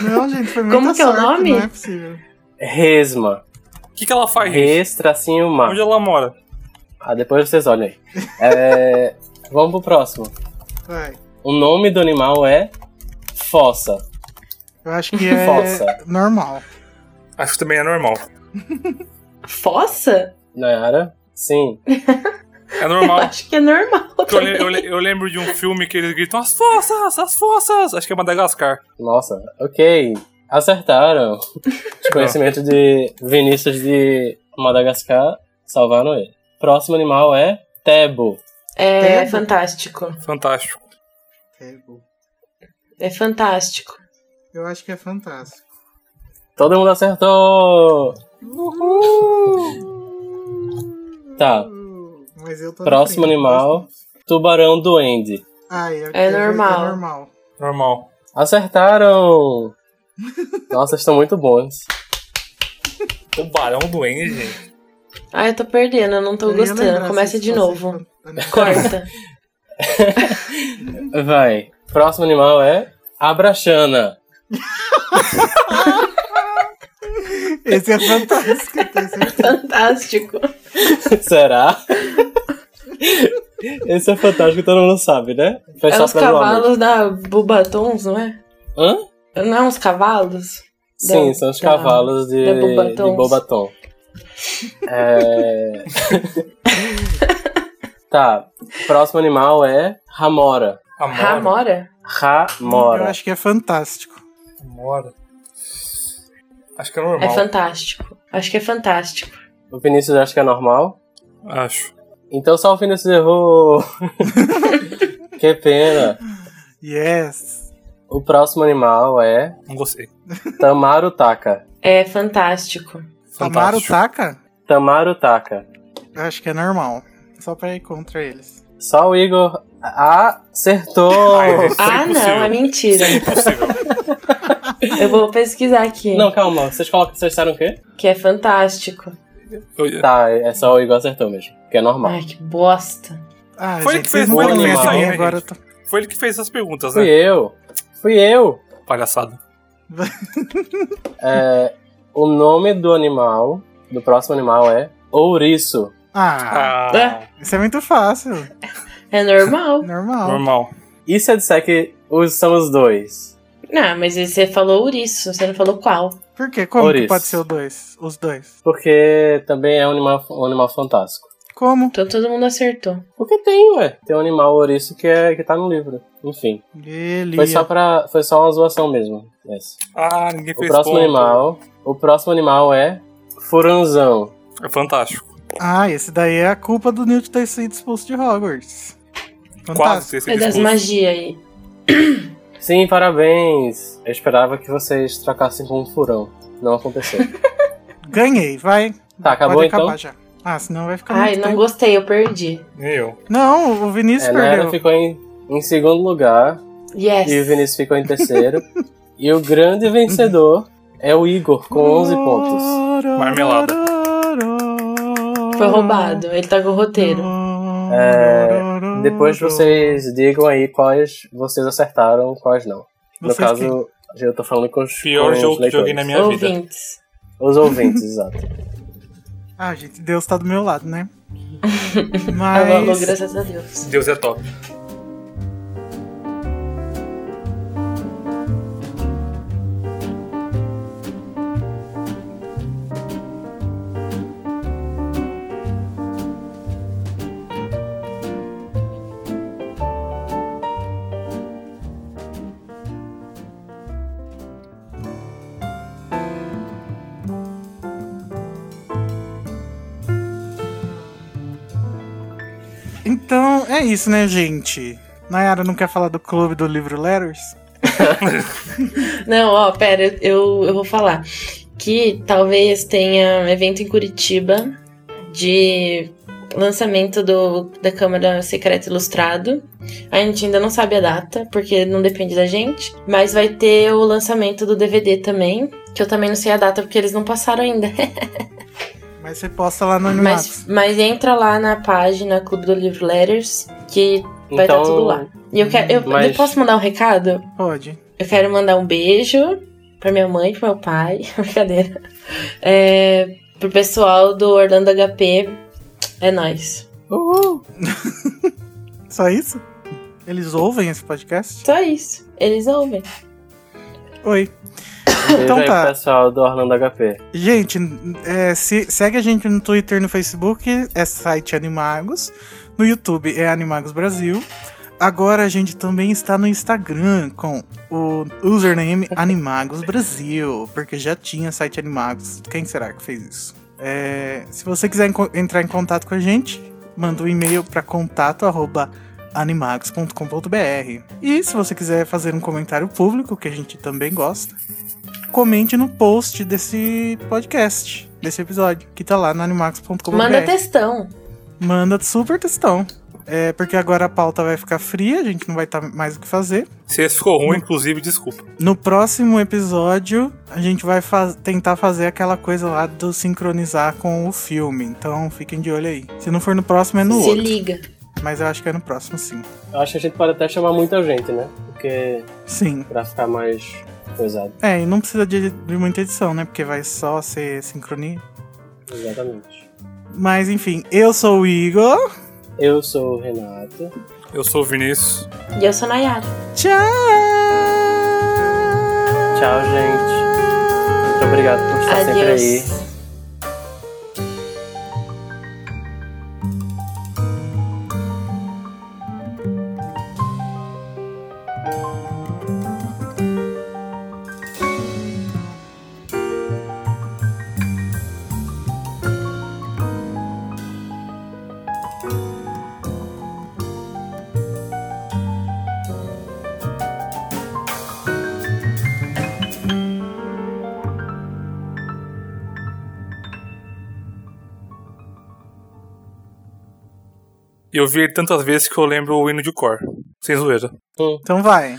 [SPEAKER 1] Não, gente, foi
[SPEAKER 4] Como
[SPEAKER 1] muita
[SPEAKER 4] que é o
[SPEAKER 1] sorte,
[SPEAKER 4] nome?
[SPEAKER 1] Não é possível.
[SPEAKER 3] Resma.
[SPEAKER 2] O que, que ela faz, gente?
[SPEAKER 3] Res, tracinho, ma.
[SPEAKER 2] Onde ela mora?
[SPEAKER 3] Ah, depois vocês olhem aí. É, Vamos pro próximo.
[SPEAKER 1] Vai.
[SPEAKER 3] O nome do animal é Fossa.
[SPEAKER 1] Eu acho que é
[SPEAKER 3] Fossa.
[SPEAKER 1] normal.
[SPEAKER 2] Acho que também é normal.
[SPEAKER 4] Fossa?
[SPEAKER 3] Nayara? Sim.
[SPEAKER 2] É
[SPEAKER 4] Eu
[SPEAKER 2] normal.
[SPEAKER 4] acho que é normal.
[SPEAKER 2] Eu,
[SPEAKER 4] também.
[SPEAKER 2] le- eu le- eu lembro de um filme que eles gritam as forças, as forças. Acho que é Madagascar.
[SPEAKER 3] Nossa, ok. Acertaram. Os conhecimentos de Vinícius de Madagascar salvaram ele. Próximo animal é Tebo.
[SPEAKER 4] É
[SPEAKER 1] Entendo.
[SPEAKER 4] fantástico.
[SPEAKER 2] Fantástico.
[SPEAKER 1] Pego.
[SPEAKER 4] É fantástico.
[SPEAKER 1] Eu acho que é fantástico.
[SPEAKER 3] Todo mundo acertou! Tá.
[SPEAKER 1] Uh, Mas eu tô na
[SPEAKER 3] Próximo
[SPEAKER 1] frente,
[SPEAKER 3] animal.
[SPEAKER 1] mas-
[SPEAKER 3] Tubarão duende.
[SPEAKER 1] Ah, eu,
[SPEAKER 4] É
[SPEAKER 1] eu-
[SPEAKER 4] normal.
[SPEAKER 1] É normal.
[SPEAKER 2] Normal.
[SPEAKER 3] Acertaram! Nossa, estão muito bons.
[SPEAKER 2] Tubarão doente, gente.
[SPEAKER 4] Ah, eu tô perdendo, eu não tô
[SPEAKER 1] Eu ia lembrar
[SPEAKER 4] gostando.
[SPEAKER 1] se
[SPEAKER 4] Começa
[SPEAKER 1] isso
[SPEAKER 4] de
[SPEAKER 1] fosse
[SPEAKER 4] novo.
[SPEAKER 1] fantástico.
[SPEAKER 4] Corta.
[SPEAKER 3] Vai. Próximo animal é Abraxana.
[SPEAKER 1] Esse é fantástico, eu tenho certeza.
[SPEAKER 4] Fantástico.
[SPEAKER 3] Será? Esse é fantástico, todo mundo sabe, né? Foi
[SPEAKER 4] É
[SPEAKER 3] só
[SPEAKER 4] os
[SPEAKER 3] pra zoar mesmo.
[SPEAKER 4] cavalos da Bubatons, não é?
[SPEAKER 3] Hã?
[SPEAKER 4] Não é uns cavalos?
[SPEAKER 3] Sim,
[SPEAKER 4] Da-
[SPEAKER 3] são os
[SPEAKER 4] da-
[SPEAKER 3] cavalos de,
[SPEAKER 4] da
[SPEAKER 3] de
[SPEAKER 4] Bobatons.
[SPEAKER 3] Bobaton. É... tá. Próximo animal é Ramora.
[SPEAKER 4] Ah,
[SPEAKER 2] Amora.
[SPEAKER 4] Ramora?
[SPEAKER 1] Eu
[SPEAKER 3] Ramora.
[SPEAKER 1] acho que é fantástico.
[SPEAKER 2] Amora. Acho que é
[SPEAKER 4] É
[SPEAKER 2] normal.
[SPEAKER 4] fantástico. Acho que é fantástico.
[SPEAKER 3] O Vinícius acha que é normal.
[SPEAKER 2] Acho.
[SPEAKER 3] Então só o Vinícius errou. que pena.
[SPEAKER 1] Yes.
[SPEAKER 3] O próximo animal é
[SPEAKER 2] Não gostei.
[SPEAKER 3] Tamarutaka.
[SPEAKER 4] É fantástico.
[SPEAKER 1] Tamaru
[SPEAKER 2] Fantástico.
[SPEAKER 1] Taka?
[SPEAKER 3] Tamarutaka.
[SPEAKER 1] Eu acho que é normal. Só pra ir contra eles.
[SPEAKER 3] Só o Igor acertou!
[SPEAKER 2] Ai, gente, isso é
[SPEAKER 4] ah,
[SPEAKER 2] impossível.
[SPEAKER 4] não, é mentira.
[SPEAKER 2] Impossível.
[SPEAKER 4] Eu vou pesquisar aqui.
[SPEAKER 3] Não, calma, vocês colocam, vocês disseram o quê?
[SPEAKER 4] Que é fantástico.
[SPEAKER 2] Eu-
[SPEAKER 3] Tá, é só o Igor acertou mesmo, que é normal.
[SPEAKER 4] Ai, que bosta.
[SPEAKER 1] Ah,
[SPEAKER 2] Foi ele
[SPEAKER 1] gente,
[SPEAKER 2] que
[SPEAKER 1] vocês não
[SPEAKER 2] fez o
[SPEAKER 1] vão
[SPEAKER 3] animal,
[SPEAKER 1] ganhar de mim
[SPEAKER 2] né,
[SPEAKER 1] agora.
[SPEAKER 2] gente? Foi ele que fez essas perguntas,
[SPEAKER 3] Fui
[SPEAKER 2] né?
[SPEAKER 3] eu! Fui eu!
[SPEAKER 2] Palhaçada.
[SPEAKER 3] É, o nome do animal, do próximo animal é Ouriço.
[SPEAKER 1] Ah,
[SPEAKER 2] Ah,
[SPEAKER 1] isso é muito fácil.
[SPEAKER 4] É normal.
[SPEAKER 1] Normal.
[SPEAKER 2] normal.
[SPEAKER 3] E se eu disser que os, são os dois?
[SPEAKER 4] não, mas você falou ouriço, você não falou qual.
[SPEAKER 1] Por quê? Como que
[SPEAKER 3] Ouriço.
[SPEAKER 1] pode ser o dois? Os dois?
[SPEAKER 3] Porque também é um animal, um animal fantástico.
[SPEAKER 1] Como?
[SPEAKER 4] Então todo mundo acertou.
[SPEAKER 3] Porque tem, ué. Tem um animal ouriço que, é, que tá no livro. Enfim.
[SPEAKER 1] Ele.
[SPEAKER 3] Foi só, pra, foi só uma zoação mesmo. Essa.
[SPEAKER 2] Ah, ninguém
[SPEAKER 3] O
[SPEAKER 2] fez
[SPEAKER 3] próximo
[SPEAKER 2] ponto.
[SPEAKER 3] animal. O próximo animal é Furanzão.
[SPEAKER 2] É fantástico.
[SPEAKER 1] Ah, esse daí é a culpa do Newt ter sido expulso de Hogwarts.
[SPEAKER 2] Quase
[SPEAKER 1] Fantástico.
[SPEAKER 2] ter sido
[SPEAKER 4] É das
[SPEAKER 2] expulso.
[SPEAKER 4] magias aí.
[SPEAKER 3] Sim, parabéns! Eu esperava que vocês trocassem com um furão. Não aconteceu.
[SPEAKER 1] Ganhei, vai.
[SPEAKER 3] Tá, acabou
[SPEAKER 1] pode
[SPEAKER 3] então?
[SPEAKER 1] acabar já. Ah, senão vai ficar
[SPEAKER 4] Ai,
[SPEAKER 1] muito
[SPEAKER 4] não
[SPEAKER 1] tempo.
[SPEAKER 4] gostei, eu perdi.
[SPEAKER 2] Nem eu.
[SPEAKER 1] Não, o Vinícius
[SPEAKER 3] É, Nara
[SPEAKER 1] perdeu.
[SPEAKER 3] ficou em, em segundo lugar
[SPEAKER 4] Yes.
[SPEAKER 3] e o Vinícius ficou em terceiro. e o grande vencedor é o Igor, com 11 pontos.
[SPEAKER 2] Marmelada.
[SPEAKER 4] Foi roubado. Ele tá com o roteiro.
[SPEAKER 3] É, Depois vocês digam aí quais vocês acertaram, quais não. No
[SPEAKER 1] Vocês
[SPEAKER 3] caso, eu tô falando com os,
[SPEAKER 2] Pior
[SPEAKER 3] com os
[SPEAKER 2] jogo que
[SPEAKER 3] leitores.
[SPEAKER 2] joguei na minha vida.
[SPEAKER 4] Ouvintes.
[SPEAKER 3] Os ouvintes, exato.
[SPEAKER 1] Ah, gente, Deus tá do meu lado, né?
[SPEAKER 4] Alô, alô,
[SPEAKER 1] Mas.
[SPEAKER 4] graças a Deus.
[SPEAKER 2] Deus é top.
[SPEAKER 1] Então é isso, né, gente? Nayara não quer falar do clube do livro Letters?
[SPEAKER 4] Não, ó, pera, eu- eu, eu vou falar. Que talvez tenha um evento em Curitiba de lançamento do, da Câmara Secreta Ilustrado. A gente ainda não sabe a data, porque não depende da gente. Mas vai ter o lançamento do DVD também, que eu também não sei a data, porque eles não passaram ainda.
[SPEAKER 1] Mas você posta lá no Animax.
[SPEAKER 4] Mas, mas entra lá na página Clube do Livro Letters, que vai estar
[SPEAKER 3] Então,
[SPEAKER 4] tudo lá. E eu quero. Eu,
[SPEAKER 3] mas-
[SPEAKER 4] eu posso mandar um recado?
[SPEAKER 1] Pode.
[SPEAKER 4] Eu quero mandar um beijo pra minha mãe, pro meu pai. Brincadeira. É, pro pessoal do Orlando HP. É nóis.
[SPEAKER 1] Só isso? Eles ouvem esse podcast?
[SPEAKER 4] Só isso. Eles ouvem.
[SPEAKER 1] Oi.
[SPEAKER 3] Beijo
[SPEAKER 1] Então
[SPEAKER 3] aí
[SPEAKER 1] tá.
[SPEAKER 3] pro pessoal do Orlando HP.
[SPEAKER 1] Gente, é, se- segue a gente no Twitter e no Facebook, é site Animagos. No YouTube é Animagos Brasil. Agora a gente também está no Instagram com o username Animagos Brasil, porque já tinha site Animagos. Quem será que fez isso? É, se você quiser enco- entrar em contato com a gente, manda um e-mail para contato arroba animagos.com.br. E se você quiser fazer um comentário público, que a gente também gosta, comente no post desse podcast, desse episódio, que tá lá no animax.com.br.
[SPEAKER 3] é?
[SPEAKER 4] Manda textão.
[SPEAKER 1] Manda super textão. É, porque agora a pauta vai ficar fria, a gente não vai estar mais o que fazer.
[SPEAKER 2] Se esse ficou ruim, inclusive, desculpa.
[SPEAKER 1] No próximo episódio, a gente vai fa- tentar fazer aquela coisa lá do sincronizar com o filme. Então fiquem de olho aí. Se não for no próximo, é no
[SPEAKER 4] Se
[SPEAKER 1] outro.
[SPEAKER 4] liga.
[SPEAKER 1] Mas eu acho que é no próximo, sim.
[SPEAKER 3] Eu acho que a gente pode até chamar muita gente, né? Porque
[SPEAKER 1] Sim.
[SPEAKER 3] pra ficar mais pesado.
[SPEAKER 1] É, e não precisa de, de muita edição, né? Porque vai só ser sincronia.
[SPEAKER 3] Exatamente.
[SPEAKER 1] Mas enfim, eu sou o Igor.
[SPEAKER 3] Eu sou o Renato.
[SPEAKER 2] Eu sou o Vinícius.
[SPEAKER 4] E eu sou a Nayara.
[SPEAKER 1] Tchau!
[SPEAKER 3] Tchau, gente. Muito obrigado por estar Tá sempre aí.
[SPEAKER 4] Adeus.
[SPEAKER 2] Eu vi ele tantas vezes que eu lembro o hino de cor. Sem zoeira.
[SPEAKER 1] Então vai.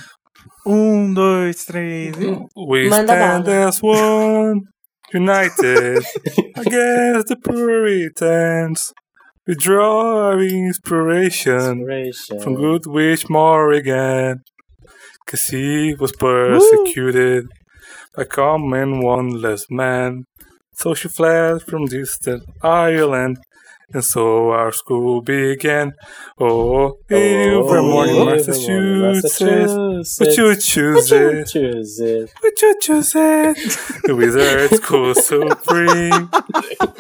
[SPEAKER 1] Um, dois, três e.
[SPEAKER 2] Uhum. We
[SPEAKER 4] Manda
[SPEAKER 2] stand
[SPEAKER 4] bala.
[SPEAKER 2] as one, united against the Puritans. We draw our inspiration from
[SPEAKER 3] Inspiration.
[SPEAKER 2] Good Witch Morrigan, because he was persecuted by common one less man. So she fled from distant Ireland, and so our school began. Oh, Livermore,
[SPEAKER 1] Livermore,
[SPEAKER 2] Massachusetts, would you
[SPEAKER 3] Massachusetts.
[SPEAKER 2] choose it?
[SPEAKER 3] Choose it.
[SPEAKER 2] Would you choose it? The wizard's cool supreme.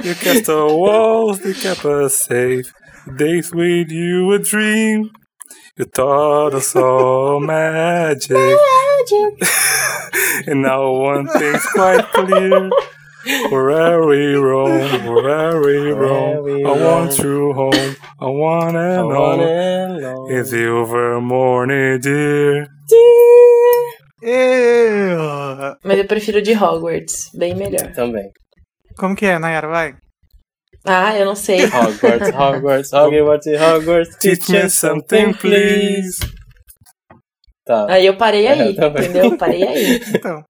[SPEAKER 2] You cast the walls, they kept us safe. Days with you a dream. You taught us all magic. and now one thing's quite clear. Wherever we roam, wherever we
[SPEAKER 3] Wherever
[SPEAKER 2] roam,
[SPEAKER 3] we
[SPEAKER 2] I
[SPEAKER 3] roam.
[SPEAKER 2] want true home. I want
[SPEAKER 3] I
[SPEAKER 2] an home.
[SPEAKER 3] want it all.
[SPEAKER 2] It's over morning, dear.
[SPEAKER 1] Eu...
[SPEAKER 4] Mas eu prefiro de Hogwarts. Bem melhor.
[SPEAKER 3] Também.
[SPEAKER 1] Como que é, Nayara? Vai.
[SPEAKER 4] Ah, eu não sei.
[SPEAKER 3] Hogwarts, Hogwarts, Hogwarts, Hogwarts,
[SPEAKER 2] Teach me something, please.
[SPEAKER 3] Tá.
[SPEAKER 4] Aí eu parei
[SPEAKER 3] É,
[SPEAKER 4] aí,
[SPEAKER 3] eu também.
[SPEAKER 4] entendeu? Eu parei aí.
[SPEAKER 1] Então.